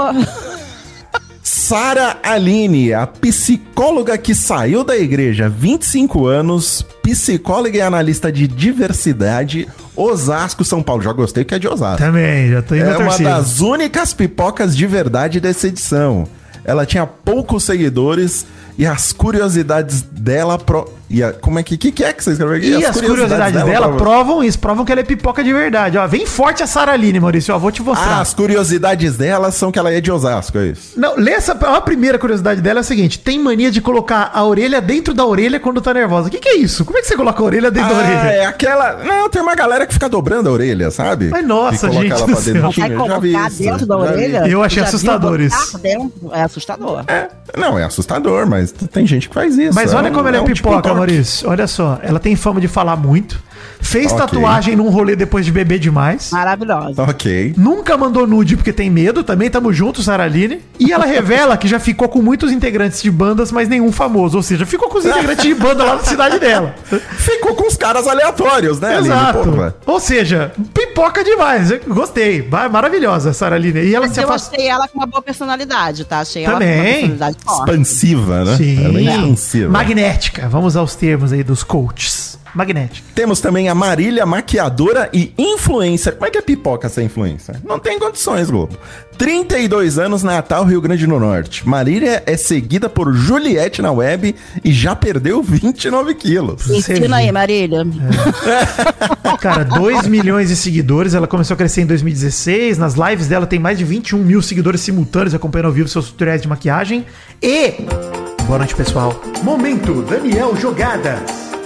Speaker 1: Sara Aline, a psicóloga que saiu da igreja, 25 anos, psicóloga e analista de diversidade, Osasco, São Paulo. Já gostei que é de Osasco.
Speaker 2: Também, já tô Tá indo
Speaker 1: É
Speaker 2: na
Speaker 1: uma
Speaker 2: torcida.
Speaker 1: das únicas pipocas de verdade dessa edição. Ela tinha poucos seguidores e as curiosidades dela pro... e a- como é que que que é que você escreveu aqui?
Speaker 2: E as curiosidades dela,
Speaker 1: pro-
Speaker 2: provam isso, provam que ela é pipoca de verdade. Ó, vem forte a Saraline, Maurício, ó, vou te
Speaker 1: Ah,
Speaker 2: mostrar.
Speaker 1: as curiosidades dela são que ela é de Osasco, é isso.
Speaker 2: Não, lê essa. A primeira curiosidade dela é a seguinte: tem mania de colocar a orelha dentro da orelha quando tá nervosa. O que, que é isso? Como é que você coloca a orelha dentro da
Speaker 1: Ah,
Speaker 2: orelha?
Speaker 1: é aquela. Não, tem uma galera que fica dobrando a orelha, sabe?
Speaker 2: Mas nossa,
Speaker 1: E coloca
Speaker 2: gente
Speaker 1: ela
Speaker 2: do
Speaker 1: pra dentro
Speaker 2: céu.
Speaker 1: do time.
Speaker 3: Vai
Speaker 1: Eu já vi
Speaker 3: colocar
Speaker 1: isso,
Speaker 3: dentro da
Speaker 1: já vi.
Speaker 3: orelha?
Speaker 2: Eu achei
Speaker 3: já vi
Speaker 2: assustador isso.
Speaker 3: botar dentro? É assustador.
Speaker 1: É, não, é assustador, mas t- tem gente que faz isso.
Speaker 2: Mas olha
Speaker 1: um-
Speaker 2: como ela é
Speaker 1: um tipo
Speaker 2: pipoca,
Speaker 1: toque.
Speaker 2: Maurício. Olha só, ela tem fama de falar muito, fez
Speaker 1: Ok.
Speaker 2: tatuagem num rolê depois de beber demais.
Speaker 3: Maravilhosa.
Speaker 1: Ok.
Speaker 2: Nunca mandou nude porque tem medo, também tamo junto, Saraline. E ela revela que já ficou com muitos integrantes de bandas, mas nenhum famoso. Ou seja, ficou com os integrantes de banda lá na cidade dela.
Speaker 1: Ficou com os caras aleatórios, né, Aline?
Speaker 2: Exato.
Speaker 1: Porra.
Speaker 2: Ou seja, pipoca demais. Eu Gostei. Ba- Maravilhosa, Saraline. E ela
Speaker 3: Mas
Speaker 2: se
Speaker 3: eu
Speaker 2: afastou.
Speaker 3: achei ela com uma boa personalidade, tá? Achei ela com uma
Speaker 2: Também.
Speaker 3: personalidade forte.
Speaker 1: Expansiva, né? Ela é expansiva.
Speaker 2: Magnética. Vamos aos termos aí dos coaches. Magnética.
Speaker 1: Temos também a Marília, maquiadora e influencer. Como é que é pipoca ser influencer? Não tem condições, Globo. 32 anos, Natal, Rio Grande do Norte. Marília é seguida por Juliette na web e já perdeu 29 quilos.
Speaker 3: Ensina aí, Marília.
Speaker 2: Cara, 2 milhões de seguidores. Ela começou a crescer em 2016. Nas lives dela tem mais de 21 mil seguidores simultâneos acompanhando ao vivo seus tutoriais de maquiagem. E. Boa noite, pessoal.
Speaker 4: Momento Daniel Jogadas.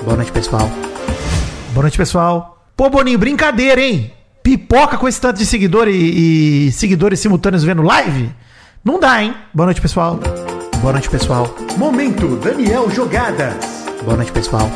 Speaker 2: Boa noite, pessoal. Boa noite, pessoal. Pô, Boninho, brincadeira, hein? Pipoca com esse tanto de seguidor e, e seguidores simultâneos vendo live? Não dá, hein? Boa noite, pessoal. Boa noite, pessoal.
Speaker 4: Momento Daniel Jogadas.
Speaker 2: Boa noite, pessoal.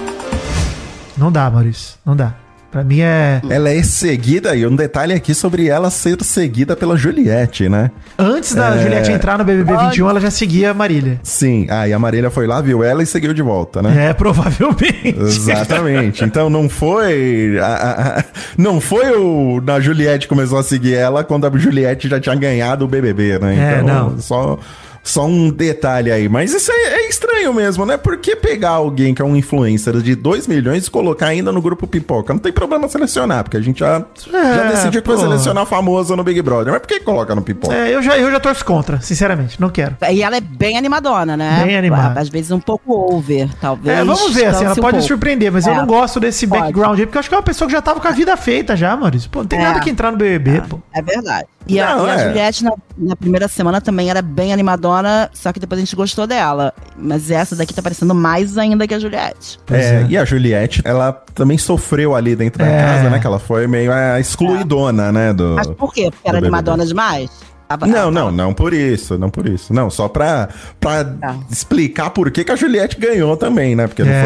Speaker 2: Não dá, Maurício. Não dá. Pra mim é.
Speaker 1: Ela é seguida, e um detalhe aqui sobre ela ser seguida pela Juliette, né?
Speaker 2: Antes da Juliette entrar no BBB 21, ela já seguia a Marília.
Speaker 1: Sim, aí a Marília foi lá, viu ela e seguiu de volta, né?
Speaker 2: É, provavelmente.
Speaker 1: Exatamente. Então não foi. a- a- a- não foi o. Na Juliette começou a seguir ela quando a Juliette já tinha ganhado o BBB, né?
Speaker 2: É, não.
Speaker 1: Só, só um detalhe aí. Mas isso é, é estranho mesmo, né? Por que pegar alguém que é um influencer de 2 milhões e colocar ainda no grupo pipoca? Não tem problema selecionar, porque a gente já, já
Speaker 2: É,
Speaker 1: decidiu que vai
Speaker 2: pô.
Speaker 1: selecionar famoso no Big Brother. Mas por que coloca no pipoca?
Speaker 2: É, eu já, eu já torço contra, sinceramente. Não quero.
Speaker 3: E ela é bem animadona, né?
Speaker 2: Bem animada.
Speaker 3: Às vezes um pouco over, talvez.
Speaker 2: É, vamos ver, assim, ela
Speaker 3: Canse um
Speaker 2: pode
Speaker 3: pouco.
Speaker 2: surpreender, mas eu
Speaker 3: É.
Speaker 2: não gosto desse
Speaker 3: Pode.
Speaker 2: background aí, porque eu acho que é uma pessoa que já tava com a vida feita já, Maurício. Pô, não tem
Speaker 3: É.
Speaker 2: nada que entrar no BBB, pô.
Speaker 3: É verdade. E a,
Speaker 1: Não,
Speaker 3: e a
Speaker 1: é.
Speaker 3: Juliette, na, na primeira semana, também era bem animadona, só que depois a gente gostou dela. Mas essa daqui tá parecendo mais ainda que a Juliette.
Speaker 1: É, E a Juliette, ela também sofreu ali dentro da
Speaker 2: É.
Speaker 1: casa, né? Que ela foi meio a excluidona, né? Do...
Speaker 3: Mas por quê? Porque era
Speaker 1: do BBB.
Speaker 3: animadona demais? Tava-
Speaker 1: Não, não, não por isso, não por isso. Não, só pra, pra
Speaker 3: Tá.
Speaker 1: explicar por que, que a Juliette ganhou também, né? Porque não
Speaker 2: É.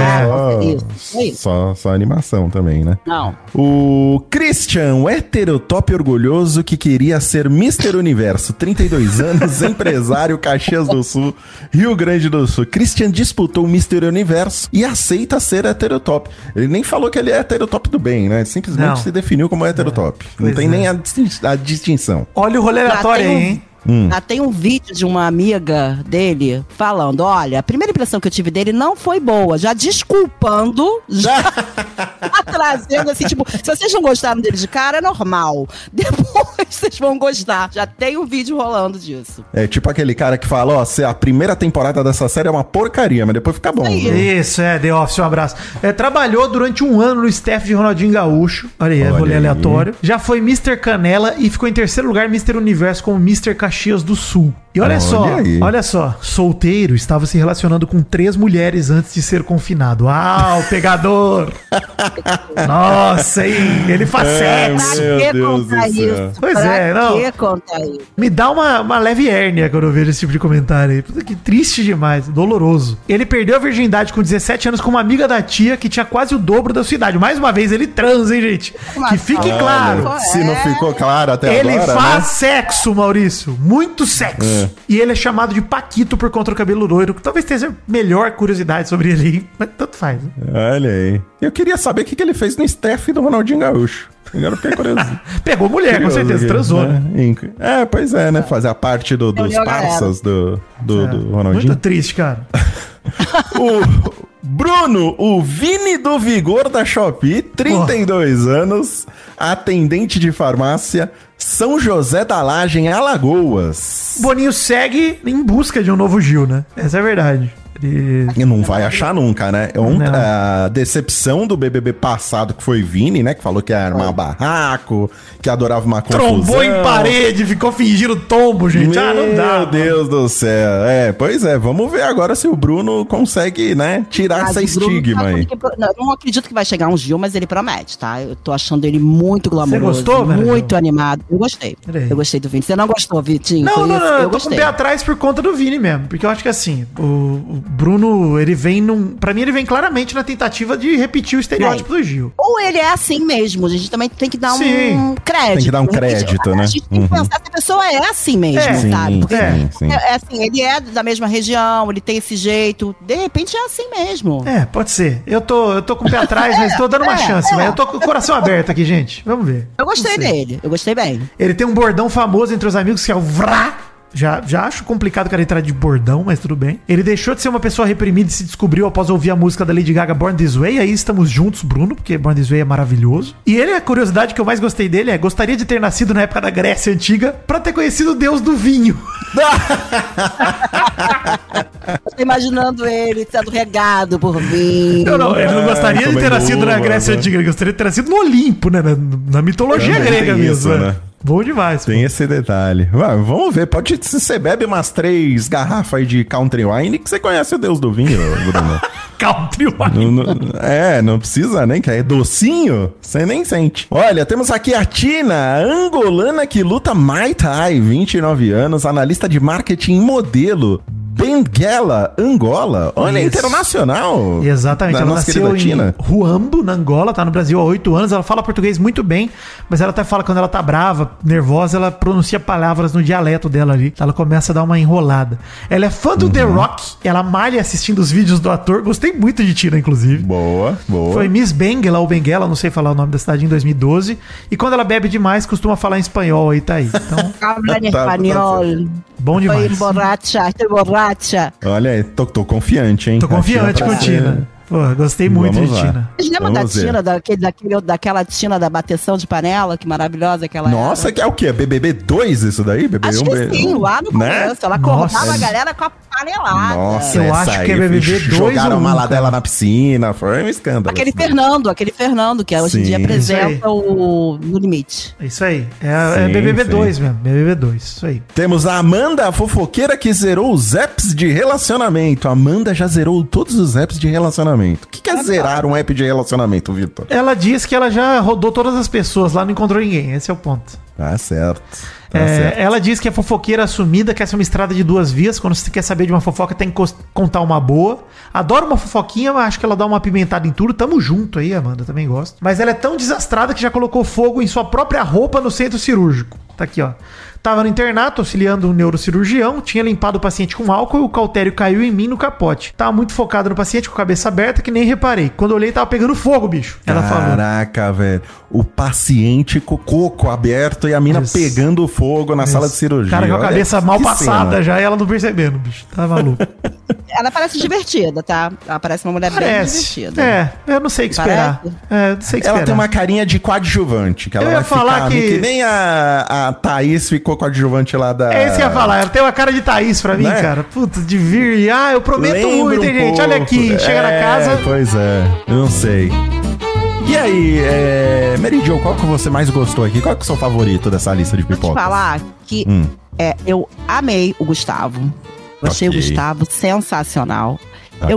Speaker 1: foi
Speaker 3: Isso,
Speaker 1: só,
Speaker 3: foi isso.
Speaker 1: só, só animação também, né?
Speaker 3: Não.
Speaker 1: O Christian, o heterotop orgulhoso que queria ser Mr. Universo, 32 anos, empresário, Caxias do Sul, Rio Grande do Sul. Christian disputou o Mr. Universo e aceita ser heterotop. Ele nem falou que ele é heterotop do bem, né? Simplesmente
Speaker 2: Não.
Speaker 1: se definiu como heterotop. Não
Speaker 2: Pois
Speaker 1: tem
Speaker 2: é.
Speaker 1: nem a, distin- a distinção.
Speaker 2: Olha o rolê aleatório aí,
Speaker 3: tem um-
Speaker 2: hein?
Speaker 1: Hum.
Speaker 3: Ah, tem um vídeo de uma amiga dele falando: olha, a primeira impressão que eu tive dele não foi boa. Já desculpando, já trazendo assim, tipo, se vocês não gostaram dele de cara, é normal. Depois vocês vão gostar. Já tem um vídeo rolando disso.
Speaker 1: É tipo aquele cara que fala, ó, se a primeira temporada dessa série é uma porcaria, mas depois fica bom.
Speaker 3: Isso aí.
Speaker 1: viu?
Speaker 2: Isso, é, The Office, um abraço. É, trabalhou durante um ano no staff de Ronaldinho Gaúcho. Olha aí, é
Speaker 1: Olha
Speaker 2: rolê
Speaker 1: aí.
Speaker 2: aleatório. Já foi Mr. Canela e ficou em terceiro lugar Mr. Universo com o Mr. Caxias do Sul. E olha,
Speaker 1: Olha
Speaker 2: só,
Speaker 1: aí.
Speaker 2: olha só, solteiro estava se relacionando com três mulheres antes de ser confinado. Ah, o pegador! Nossa, hein? Ele faz sexo.
Speaker 1: Meu Deus do céu.
Speaker 2: Pois
Speaker 3: pra
Speaker 2: é, não.
Speaker 3: que contar isso?
Speaker 2: Me dá uma, uma leve hérnia quando eu vejo esse tipo de comentário aí. Puta que triste demais, doloroso. Ele perdeu a virgindade com 17 anos com uma amiga da tia que tinha quase o dobro da sua idade. Mais uma vez, ele transa, hein, gente? Que fique
Speaker 3: Ah,
Speaker 2: É, claro. É.
Speaker 3: meu.
Speaker 1: Se não ficou claro até
Speaker 2: Ele
Speaker 1: agora. né?
Speaker 2: faz sexo, Maurício. Muito sexo. E ele é chamado de Paquito por conta do cabelo loiro, que talvez tenha melhor curiosidade sobre ele, hein? mas tanto faz. né?
Speaker 1: Olha aí. Eu queria saber o que, que ele fez no staff do Ronaldinho Gaúcho. Agora eu fiquei curioso.
Speaker 2: Pegou mulher, É, com
Speaker 1: Curioso
Speaker 2: certeza,
Speaker 1: aqui,
Speaker 2: transou. né?
Speaker 1: né? Inc- É, pois é, né? Fazer a parte do- dos
Speaker 3: Reuniu a galera.
Speaker 1: parças do, do, do
Speaker 2: né? Muito
Speaker 1: Ronaldinho.
Speaker 2: triste, cara.
Speaker 1: O Bruno, o Vini do Vigor da Shopee, 32 anos, atendente de farmácia, São José da Laje, em Alagoas.
Speaker 2: Boninho segue em busca de um novo Gil, né? Essa é a verdade. Ele
Speaker 1: E não vai achar nunca, né? Ont-
Speaker 2: Não.
Speaker 1: a decepção do BBB passado, que foi Vini, né? Que falou que ia armar barraco, que adorava uma confusão.
Speaker 2: trombou em parede, ficou fingindo tombo, gente.
Speaker 1: Meu
Speaker 2: ah, não dá. mano.
Speaker 1: Deus do céu. É, pois é, vamos ver agora se o Bruno consegue, né, tirar
Speaker 3: Mas
Speaker 1: essa
Speaker 3: o Bruno
Speaker 1: estigma
Speaker 3: tá
Speaker 1: aí.
Speaker 3: porque- Não, eu não acredito que vai chegar um Gil, mas ele promete, tá? Eu tô achando ele muito glamouroso.
Speaker 2: Você gostou, Vera
Speaker 3: Muito
Speaker 2: Gil?
Speaker 3: animado. Eu gostei.
Speaker 2: Peraí.
Speaker 3: Eu gostei do Vini. Você não gostou, Vitinho?
Speaker 2: Não,
Speaker 3: Foi
Speaker 2: não,
Speaker 3: isso?
Speaker 2: não, eu,
Speaker 3: Eu
Speaker 2: tô com o
Speaker 3: gostei.
Speaker 2: pé atrás por conta do Vini mesmo. Porque eu acho que assim, o, o Bruno, ele vem num. Pra mim, ele vem claramente na tentativa de repetir o estereótipo do Gil.
Speaker 3: Ou ele é assim mesmo, a gente também tem que dar
Speaker 2: Sim.
Speaker 3: um crédito.
Speaker 1: Tem que dar um
Speaker 3: A gente-
Speaker 1: crédito,
Speaker 3: a
Speaker 1: né?
Speaker 3: gente tem que
Speaker 1: Uhum.
Speaker 3: pensar se a pessoa é assim mesmo,
Speaker 2: É,
Speaker 1: Sim,
Speaker 3: sabe? Porque
Speaker 2: é.
Speaker 1: sim, sim.
Speaker 3: é assim, ele é da mesma região, ele tem esse jeito. De repente é assim mesmo.
Speaker 2: É, pode ser. Eu tô, eu tô com o pé atrás, mas tô dando uma
Speaker 3: é,
Speaker 2: chance,
Speaker 3: é.
Speaker 2: mas eu tô com o coração aberto aqui, gente. Vamos ver.
Speaker 3: Eu gostei
Speaker 2: Não sei.
Speaker 3: dele, eu gostei bem.
Speaker 2: Ele tem um bordão famoso entre os amigos que é o Vrá. Já, já acho complicado o cara entrar de bordão, mas tudo bem. Ele deixou de ser uma pessoa reprimida e se descobriu após ouvir a música da Lady Gaga Born This Way. Aí estamos juntos, Bruno, porque Born This Way é maravilhoso. E ele, a curiosidade que eu mais gostei dele é: gostaria de ter nascido na época da Grécia Antiga pra ter conhecido o deus do vinho.
Speaker 3: Eu tô imaginando ele sendo regado por mim.
Speaker 2: Eu não,
Speaker 1: É,
Speaker 2: ele não gostaria de ter
Speaker 1: comendo
Speaker 2: nascido na
Speaker 1: uva,
Speaker 2: Grécia
Speaker 1: né?
Speaker 2: Antiga, ele gostaria de ter nascido no Olimpo, né? Na, na mitologia
Speaker 1: Também
Speaker 2: grega
Speaker 1: tem
Speaker 2: mesmo.
Speaker 1: isso,
Speaker 2: né?
Speaker 1: né?
Speaker 2: Bom demais. pô.
Speaker 1: Tem esse detalhe. Ué, vamos ver, pode se você bebe umas três garrafas de country wine que você conhece o Deus do vinho, Bruno.
Speaker 2: Country wine.
Speaker 1: Não- não- é, não precisa nem, que é docinho, você nem sente. Olha, temos aqui a Tina, a angolana que luta Mai Thai, 29 anos, analista de marketing e modelo. Benguela, Angola. Olha,
Speaker 2: Isso.
Speaker 1: internacional.
Speaker 2: Exatamente.
Speaker 1: Da
Speaker 2: ela
Speaker 1: nossa querida
Speaker 2: nasceu em
Speaker 1: Tina.
Speaker 2: Ruambo, na Angola, tá no Brasil há oito anos. Ela fala português muito bem, mas ela até fala que quando ela tá brava, nervosa, ela pronuncia palavras no dialeto dela ali. Ela começa a dar uma enrolada. Ela é fã do
Speaker 1: Uhum.
Speaker 2: The Rock, ela malha assistindo os vídeos do ator. Gostei muito de Tina, inclusive.
Speaker 1: Boa, boa.
Speaker 2: Foi Miss Benguela ou Benguela, não sei falar o nome da cidade, em 2012. E quando ela bebe demais, costuma falar em espanhol aí, tá aí. Então,
Speaker 3: Habla em
Speaker 1: Tá, tá
Speaker 3: espanhol.
Speaker 2: bom
Speaker 3: Foi
Speaker 2: demais.
Speaker 3: borracha, foi borracha.
Speaker 1: Olha aí, tô, tô confiante, hein?
Speaker 2: Tô confiante
Speaker 1: A
Speaker 2: com
Speaker 1: é pra ser-
Speaker 2: Tina. Pô, gostei muito
Speaker 1: Vamos
Speaker 2: de
Speaker 1: lá.
Speaker 2: Tina.
Speaker 3: Vocês lembram da
Speaker 1: Vamos ver.
Speaker 3: Tina, daquele, daquele, daquela Tina da bateção de panela? Que maravilhosa que ela
Speaker 1: Nossa,
Speaker 3: era.
Speaker 1: que é o quê? BBB 2 isso daí? BBB
Speaker 3: Acho que sim, lá no
Speaker 1: Né?
Speaker 3: começo. Ela acordava
Speaker 2: Nossa.
Speaker 3: a galera com a panelada.
Speaker 1: Nossa,
Speaker 2: Eu
Speaker 1: essa
Speaker 2: acho que é
Speaker 1: aí,
Speaker 2: BBB
Speaker 1: foi-
Speaker 2: dois
Speaker 1: Jogaram
Speaker 2: ou
Speaker 1: a
Speaker 2: um,
Speaker 1: mala dela
Speaker 2: cara.
Speaker 1: na piscina, foi um escândalo.
Speaker 3: Aquele
Speaker 1: isso daí.
Speaker 3: Fernando, aquele Fernando, que hoje em dia
Speaker 1: Sim.
Speaker 2: Isso
Speaker 3: apresenta o No Limite.
Speaker 2: É isso aí. É, é
Speaker 1: Sim,
Speaker 2: BBB2 mesmo. BBB2. Isso aí.
Speaker 1: Temos a Amanda, a fofoqueira que zerou os apps de relacionamento. A Amanda já zerou todos os apps de relacionamento. O que, que
Speaker 3: Ah, tá.
Speaker 1: é zerar um app de relacionamento, Vitor?
Speaker 2: Ela diz que ela já rodou todas as pessoas lá, não encontrou ninguém. Esse é o ponto.
Speaker 1: Tá certo. Tá
Speaker 2: É,
Speaker 1: certo.
Speaker 2: ela diz que é fofoqueira assumida, que essa é uma estrada de duas vias. Quando você quer saber de uma fofoca, tem que cos- contar uma boa. Adoro uma fofoquinha, mas acho que ela dá uma pimentada em tudo. Tamo junto aí, Amanda, também gosto. Mas ela é tão desastrada que já colocou fogo em sua própria roupa no centro cirúrgico. Tá aqui, ó. Tava no internato auxiliando um neurocirurgião, tinha limpado o paciente com álcool e o cautério caiu em mim no capote. Tava muito focado no paciente com a cabeça aberta que nem reparei. Quando olhei, tava pegando fogo, bicho. Ela falou.
Speaker 1: Caraca, velho. O paciente com o coco aberto e a mina
Speaker 2: Isso.
Speaker 1: pegando fogo na sala de cirurgia.
Speaker 2: Cara com a
Speaker 1: Olha
Speaker 2: cabeça mal
Speaker 1: que
Speaker 2: passada
Speaker 1: cena.
Speaker 2: já, ela não percebendo, bicho. Tá maluco.
Speaker 3: Ela parece divertida, tá? Ela parece uma mulher bem
Speaker 2: Parece.
Speaker 3: divertida.
Speaker 2: É, eu não sei o que esperar.
Speaker 3: Parece?
Speaker 2: É, eu não sei o que
Speaker 1: Ela
Speaker 2: esperar.
Speaker 1: tem uma carinha de coadjuvante, que ela
Speaker 2: Eu ia
Speaker 1: vai
Speaker 2: falar
Speaker 1: ficar
Speaker 2: que-
Speaker 1: que... nem a, a Thaís ficou coadjuvante lá da.
Speaker 2: É isso que eu ia falar. Ela tem uma cara de Thaís pra mim,
Speaker 1: Né?
Speaker 2: cara. Puta, de vir. Ah, eu prometo
Speaker 1: Lembra
Speaker 2: muito, hein,
Speaker 1: um
Speaker 2: gente. Olha
Speaker 1: pouco.
Speaker 2: aqui. Chega na
Speaker 1: É,
Speaker 2: casa.
Speaker 1: Pois é, eu não sei. E aí, é... Mary Jo, qual que você mais gostou aqui? Qual que é o seu favorito dessa lista de
Speaker 3: Vou te
Speaker 1: pipocas?
Speaker 3: falar que É, eu amei o Gustavo. Eu achei
Speaker 1: Ok.
Speaker 3: o Gustavo sensacional. Eu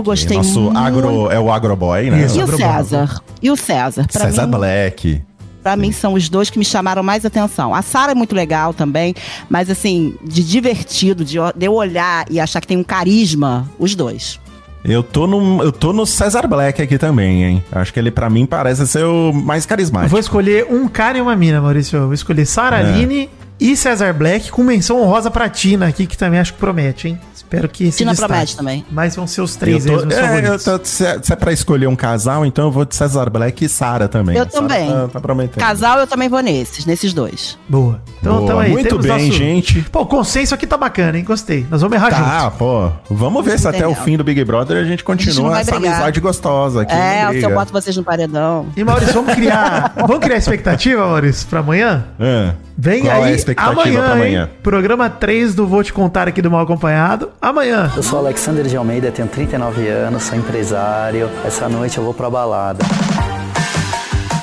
Speaker 1: Ok,
Speaker 3: gostei
Speaker 1: Nosso
Speaker 3: muito.
Speaker 1: agro é o agroboy, né?
Speaker 2: Isso.
Speaker 3: E o
Speaker 2: Agro-
Speaker 3: César? E o César? Pra
Speaker 1: César
Speaker 3: mim,
Speaker 1: Black.
Speaker 3: Pra mim são os dois que me chamaram mais atenção. A Sara é muito legal também, mas assim, de divertido, de, o- de eu olhar e achar que tem um carisma, os dois.
Speaker 1: Eu tô, no, eu tô no César Black aqui também, hein? Acho que ele, pra mim, parece ser o mais
Speaker 2: Eu
Speaker 1: carismático.
Speaker 2: Vou escolher um cara e uma mina, Maurício. Eu vou escolher
Speaker 1: É.
Speaker 2: Sara Aline e Cesar Black, com menção honrosa pra Tina aqui, que também acho que promete, hein? Espero que se
Speaker 3: Tina
Speaker 2: destaque.
Speaker 3: promete também.
Speaker 2: Mas vão ser os três
Speaker 1: eu tô,
Speaker 2: mesmo, meus
Speaker 1: é, eu
Speaker 2: favoritos.
Speaker 1: tô, se, é, se é pra escolher um casal, então eu vou de César Black e Sara também.
Speaker 3: Eu
Speaker 1: A Sara
Speaker 3: também.
Speaker 1: Tá, tá prometendo.
Speaker 3: Casal, eu também vou nesses, nesses dois.
Speaker 2: Boa. Então,
Speaker 1: Boa,
Speaker 2: então aí,
Speaker 1: muito
Speaker 2: temos
Speaker 1: bem,
Speaker 2: nosso-
Speaker 1: gente.
Speaker 2: Pô, o consenso aqui tá bacana, hein? Gostei. Nós vamos errar
Speaker 1: Tá,
Speaker 2: junto.
Speaker 1: pô. Vamos ver se até o
Speaker 3: Entendeu.
Speaker 1: fim do Big Brother a gente
Speaker 3: não
Speaker 1: continua
Speaker 3: vai
Speaker 1: essa
Speaker 3: brigar.
Speaker 1: amizade gostosa aqui.
Speaker 3: é,
Speaker 1: não
Speaker 3: se eu
Speaker 1: briga.
Speaker 3: boto vocês no paredão.
Speaker 2: E Maurício, vamos criar, vamos criar expectativa, Maurício, pra amanhã?
Speaker 1: Ah,
Speaker 2: Vem
Speaker 1: qual
Speaker 2: aí
Speaker 1: é a expectativa
Speaker 2: amanhã,
Speaker 1: pra amanhã?
Speaker 2: hein? Programa 3 do Vou Te Contar aqui do Mal Acompanhado. Amanhã.
Speaker 7: Eu sou Alexander de Almeida, tenho 39 anos, sou empresário. Essa noite eu vou pra balada.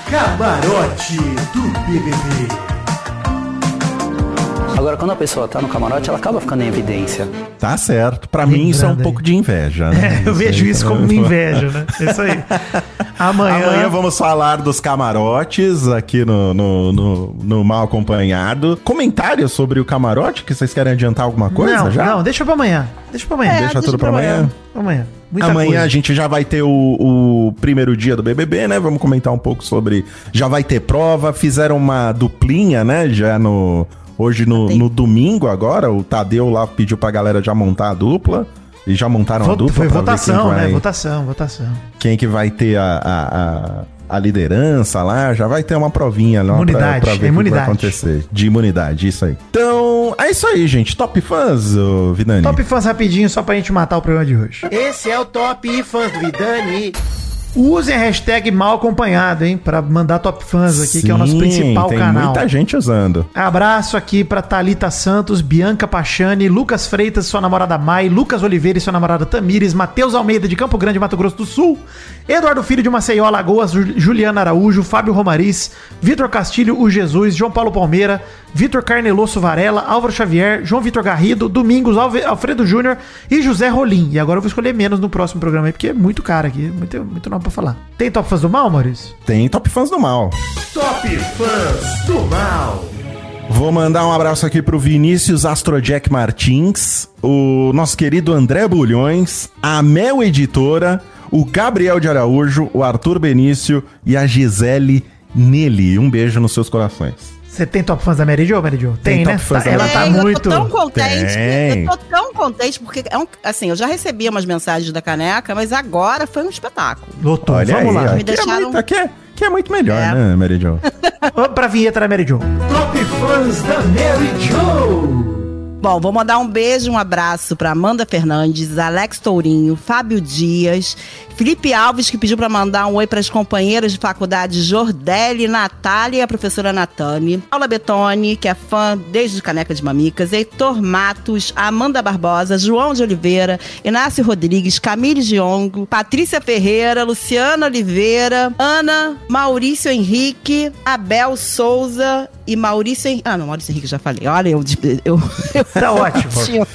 Speaker 2: Camarote do BBB.
Speaker 7: Agora, quando a pessoa tá no camarote, ela acaba ficando em evidência.
Speaker 1: Tá certo. Pra mim isso é um
Speaker 2: Lembrando aí.
Speaker 1: pouco de inveja, né?
Speaker 2: É, eu vejo isso como uma inveja, né? É Isso aí. Amanhã,
Speaker 1: Amanhã vamos falar dos camarotes aqui no, no, no, no Mal Acompanhado. Comentários sobre o camarote, que vocês querem adiantar alguma coisa
Speaker 2: não,
Speaker 1: já?
Speaker 2: não, deixa pra amanhã. Deixa pra amanhã.
Speaker 3: É,
Speaker 1: Deixa
Speaker 3: deixa
Speaker 1: tudo pra
Speaker 3: pra
Speaker 1: amanhã.
Speaker 3: amanhã.
Speaker 2: Amanhã. Muita
Speaker 1: Amanhã
Speaker 2: coisa.
Speaker 1: a gente já vai ter o, o primeiro dia do BBB, né? Vamos comentar um pouco sobre. Já vai ter prova, fizeram uma duplinha, né? Já no. Hoje no,
Speaker 3: Tem.
Speaker 1: no domingo, agora, o Tadeu lá pediu pra galera já montar a dupla. E já montaram a
Speaker 2: Vo-
Speaker 1: dupla.
Speaker 2: foi
Speaker 1: pra ver
Speaker 2: votação,
Speaker 1: quem que
Speaker 2: né?
Speaker 1: vai-
Speaker 2: Votação, votação.
Speaker 1: quem que vai ter a, a, a, a liderança lá, já vai ter uma provinha lá
Speaker 2: Imunidade,
Speaker 1: pra, pra ver
Speaker 2: é
Speaker 1: o que vai
Speaker 2: imunidade.
Speaker 1: acontecer. De imunidade, isso aí. Então, é isso aí, gente. Top fãs, ô Vidani.
Speaker 2: Top fãs rapidinho, só pra gente matar o programa de hoje.
Speaker 8: Esse é o top fãs do Vidani.
Speaker 2: Usem a hashtag mal acompanhado, hein? Pra mandar top fãs aqui, que é o nosso
Speaker 1: Sim,
Speaker 2: principal
Speaker 1: tem
Speaker 2: canal.
Speaker 1: muita gente usando.
Speaker 2: Abraço aqui pra Thalita Santos, Bianca Pachani, Lucas Freitas, sua namorada Mai, Lucas Oliveira e sua namorada Tamires, Matheus Almeida de Campo Grande, Mato Grosso do Sul, Eduardo Filho de Maceió, Alagoas, Ju- Juliana Araújo, Fábio Romariz, Vitor Castilho, o Jesus, João Paulo Palmeira, Vitor Carnelosso Varela, Álvaro Xavier, João Vitor Garrido, Domingos Alve- Alfredo Júnior e José Rolim. E agora eu vou escolher menos no próximo programa aí, porque é muito cara aqui, muito, muito nome pra falar. Tem top fãs do mal, Maurício?
Speaker 1: Tem top fãs do mal. Vou mandar um abraço aqui pro Vinícius Astrojack Martins, o nosso querido André Bulhões, a Mel Editora, o Gabriel de Araújo, o Arthur Benício e a Gisele Nele. Um beijo nos seus corações.
Speaker 2: Você tem top fãs da Mary Jo, Mary Jo? Tem,
Speaker 1: Tem
Speaker 2: né?
Speaker 1: top fãs
Speaker 2: Tá-
Speaker 1: da
Speaker 2: ela
Speaker 1: Mary
Speaker 2: tá
Speaker 3: Tem,
Speaker 2: muito...
Speaker 3: Eu tô tão contente.
Speaker 1: Tem.
Speaker 3: Eu tô tão contente, porque é um, assim, eu já recebi umas mensagens da caneca, mas agora foi um espetáculo.
Speaker 2: Lotou,
Speaker 1: Olha
Speaker 2: Então, vamos
Speaker 1: aí,
Speaker 2: lá.
Speaker 1: ó,
Speaker 3: Me
Speaker 1: que, é
Speaker 3: deixaram-
Speaker 1: muito, aqui é- que é muito melhor,
Speaker 3: É.
Speaker 1: né, Mary Jo?
Speaker 2: Vamos pra vinheta da Mary Jo.
Speaker 3: Bom, vou mandar um beijo, um abraço pra Amanda Fernandes, Alex Tourinho, Fábio Dias, Felipe Alves, que pediu pra mandar um oi pras companheiras de faculdade Jordeli, Natália e a professora Natane, Paula Betoni, que é fã desde Caneca de Mamicas, Heitor Matos, Amanda Barbosa, João de Oliveira, Inácio Rodrigues, Camille Giongo, Patrícia Ferreira, Luciana Oliveira, Ana, Maurício Henrique, Abel Souza e Maurício Henrique. Ah, não, Maurício Henrique, já falei. Olha, eu. eu, eu
Speaker 2: Tá ótimo. Tá ótimo.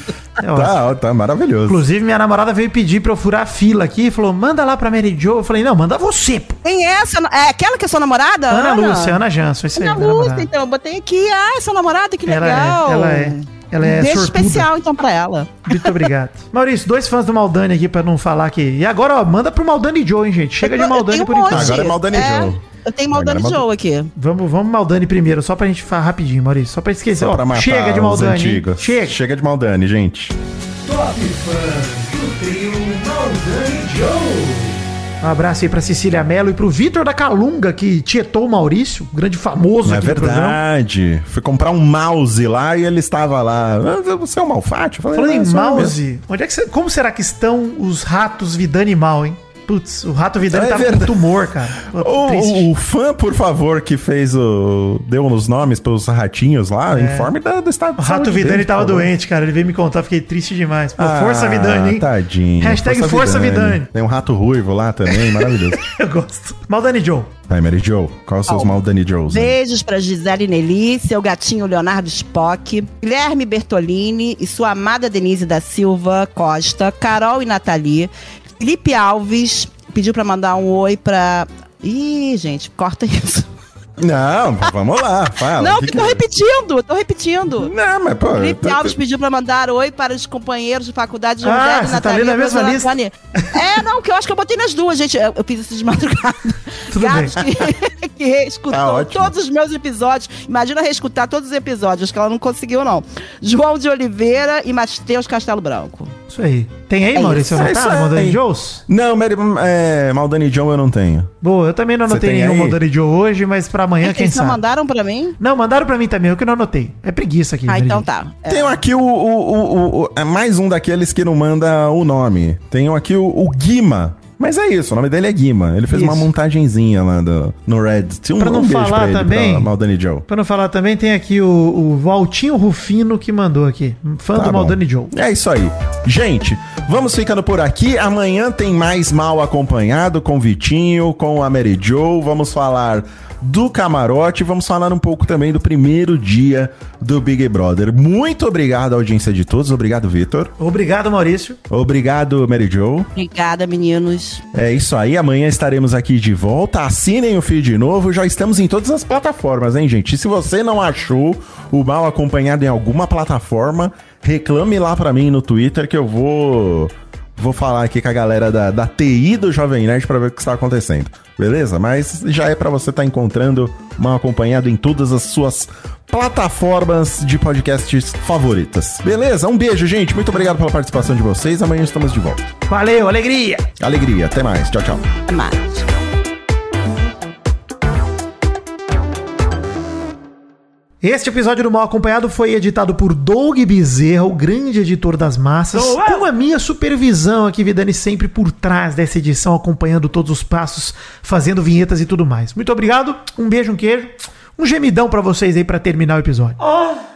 Speaker 1: Tá, ó, tá maravilhoso.
Speaker 2: Inclusive, minha namorada veio pedir pra eu furar a fila aqui e falou: manda lá pra Mary Jo. Eu falei: não, manda você, pô.
Speaker 3: Quem é essa? É aquela que é sua namorada?
Speaker 2: Ana, Lúcia, Ana Janson, isso aí.
Speaker 3: Ana
Speaker 2: minha
Speaker 3: Lúcia,
Speaker 2: namorada.
Speaker 3: então. Eu botei aqui. Ah, é sua namorada, que
Speaker 2: Ela
Speaker 3: legal.
Speaker 2: é,
Speaker 3: Um
Speaker 2: ela é. Ela é
Speaker 3: Beijo
Speaker 2: sortuda.
Speaker 3: especial, então, pra ela.
Speaker 2: Muito obrigado. Maurício, dois fãs do Maldani aqui pra não falar que. E agora, ó, manda pro Maldani Joe, hein, gente. Chega de
Speaker 3: Eu- eu
Speaker 2: Maldani
Speaker 3: tenho
Speaker 2: por
Speaker 3: um
Speaker 2: enquanto.
Speaker 3: monte.
Speaker 1: Agora é Maldani Joe.
Speaker 3: Eu tenho Maldani
Speaker 1: Agora é
Speaker 3: Joe aqui.
Speaker 2: Vamos, vamos Maldani primeiro, só pra gente falar rapidinho, Maurício. Só pra esquecer.
Speaker 1: Só
Speaker 2: ó,
Speaker 1: pra matar
Speaker 2: chega de
Speaker 1: os
Speaker 2: Maldani. hein?
Speaker 1: antigos.
Speaker 2: Chega.
Speaker 1: Chega de Maldani, gente.
Speaker 2: Um abraço aí pra Cecília Mello e pro Vitor da Calunga, que tietou o Maurício, grande famoso
Speaker 1: É
Speaker 2: aqui do programa.
Speaker 1: verdade. Fui comprar um mouse lá e ele estava lá. "Ah, Você é um malfate? Eu Falei,
Speaker 2: Falando
Speaker 1: "Ah,
Speaker 2: em
Speaker 1: sou eu mesmo."
Speaker 2: mouse, onde é que você- como será que estão os ratos vida animal, hein? Putz, o Rato Vidani
Speaker 1: É
Speaker 2: tava
Speaker 1: verdade.
Speaker 2: com tumor, cara. Pô, triste.
Speaker 1: O, o fã, por favor, que fez o. deu os nomes pros ratinhos lá, informe da- do estado
Speaker 2: É. O
Speaker 1: de
Speaker 2: Rato
Speaker 1: saúde
Speaker 2: Vidani
Speaker 1: dele, por
Speaker 2: tava
Speaker 1: favor.
Speaker 2: doente, cara. Ele veio me contar, fiquei triste demais. Pô,
Speaker 1: Ah,
Speaker 2: força Vidani, hein?
Speaker 1: Tadinho.
Speaker 2: Hashtag força Vidani.
Speaker 1: Tem um rato ruivo lá também, maravilhoso.
Speaker 2: Eu gosto. Maldani Joe.
Speaker 1: Vai, Mary Joe, qual os seus Maldani Joes? né?
Speaker 3: Beijos pra Gisele Nelly, seu gatinho Leonardo Spock, Guilherme Bertolini e sua amada Denise da Silva Costa, Carol e Nathalie, Felipe Alves pediu pra mandar um oi pra. Ih, gente, corta isso.
Speaker 1: Não, vamos lá, fala.
Speaker 3: não,
Speaker 1: que
Speaker 3: que tô repetindo, tô repetindo.
Speaker 1: Não, mas
Speaker 2: É,
Speaker 1: pô.
Speaker 3: Felipe
Speaker 1: tá-
Speaker 3: Alves pediu pra mandar oi para os companheiros de faculdade José
Speaker 2: Ah,
Speaker 3: e
Speaker 2: você tá lendo a mesma
Speaker 3: Priscila
Speaker 2: lista?
Speaker 3: Guarani. É, não, que eu acho que eu botei nas duas, gente. Eu, eu fiz isso de madrugada.
Speaker 2: Tudo
Speaker 3: Gabs que, que
Speaker 1: Tá
Speaker 3: reescutou
Speaker 1: ótimo.
Speaker 3: todos os meus episódios. Imagina reescutar todos os episódios, acho que ela não conseguiu, não. João de Oliveira e Matheus Castelo Branco.
Speaker 2: Isso aí. Tem aí,
Speaker 3: É
Speaker 1: isso.
Speaker 2: Maurício?
Speaker 1: É
Speaker 2: Anotaram?
Speaker 1: isso aí.
Speaker 2: Maldani Joes?
Speaker 1: Não, Mary, é, Maldani Joe eu não tenho.
Speaker 2: Boa, eu também não
Speaker 1: Você
Speaker 2: anotei
Speaker 1: tem
Speaker 2: nenhum
Speaker 1: aí?
Speaker 2: Maldani Joe hoje, mas pra amanhã, É, quem
Speaker 3: Eles só
Speaker 2: sabe.
Speaker 3: mandaram pra mim?
Speaker 2: Não, mandaram pra mim também, eu que não anotei. É preguiça aqui.
Speaker 3: Ah,
Speaker 2: Mary
Speaker 3: então
Speaker 2: Jo.
Speaker 3: tá. É.
Speaker 1: Tenho aqui o, o- o- o- é mais um daqueles que não manda o nome. Tenho aqui o, o Guima. Mas é isso, o nome dele é Guima. Ele fez uma
Speaker 2: Isso.
Speaker 1: montagenzinha lá do- no Red. Tinha um,
Speaker 2: Pra não
Speaker 1: um beijo
Speaker 2: falar
Speaker 1: pra ele,
Speaker 2: também-
Speaker 1: pra Maldani Joe.
Speaker 2: Pra não falar também, tem aqui o, o Valtinho Rufino que mandou aqui. um Fã
Speaker 1: Tá
Speaker 2: do
Speaker 1: bom.
Speaker 2: Maldani Joe.
Speaker 1: É isso aí. Gente, vamos ficando por aqui. Amanhã tem mais Mal Acompanhado com o Vitinho, com a Mary Joe. Vamos falar do camarote, vamos falar um pouco também do primeiro dia do Big Brother. Muito obrigado à audiência de todos. Obrigado, Vitor.
Speaker 2: Obrigado, Maurício.
Speaker 1: Obrigado, Mary Joe.
Speaker 3: Obrigada, meninos.
Speaker 1: É isso aí, amanhã estaremos aqui de volta. Assinem o feed de novo, já estamos em todas as plataformas, hein, gente? E se você não achou o Mal Acompanhado em alguma plataforma, reclame lá pra mim no Twitter que eu vou vou falar aqui com a galera da, da TI do Jovem Nerd pra ver o que está acontecendo. Beleza? Mas já é pra você estar encontrando Mal Acompanhado em todas as suas plataformas de podcasts favoritas. Beleza? Um beijo, gente. Muito obrigado pela participação de vocês. Amanhã estamos de volta.
Speaker 2: Valeu, alegria!
Speaker 1: Alegria, até mais. Tchau, tchau.
Speaker 3: Até mais.
Speaker 2: Este episódio do Mal Acompanhado foi editado por Doug Bezerra, o grande editor das massas, com a minha supervisão aqui, Vidani, sempre por trás dessa edição, acompanhando todos os passos, fazendo vinhetas e tudo mais. Muito obrigado, um beijo, um queijo, um gemidão pra vocês aí pra terminar o episódio.
Speaker 6: Oh,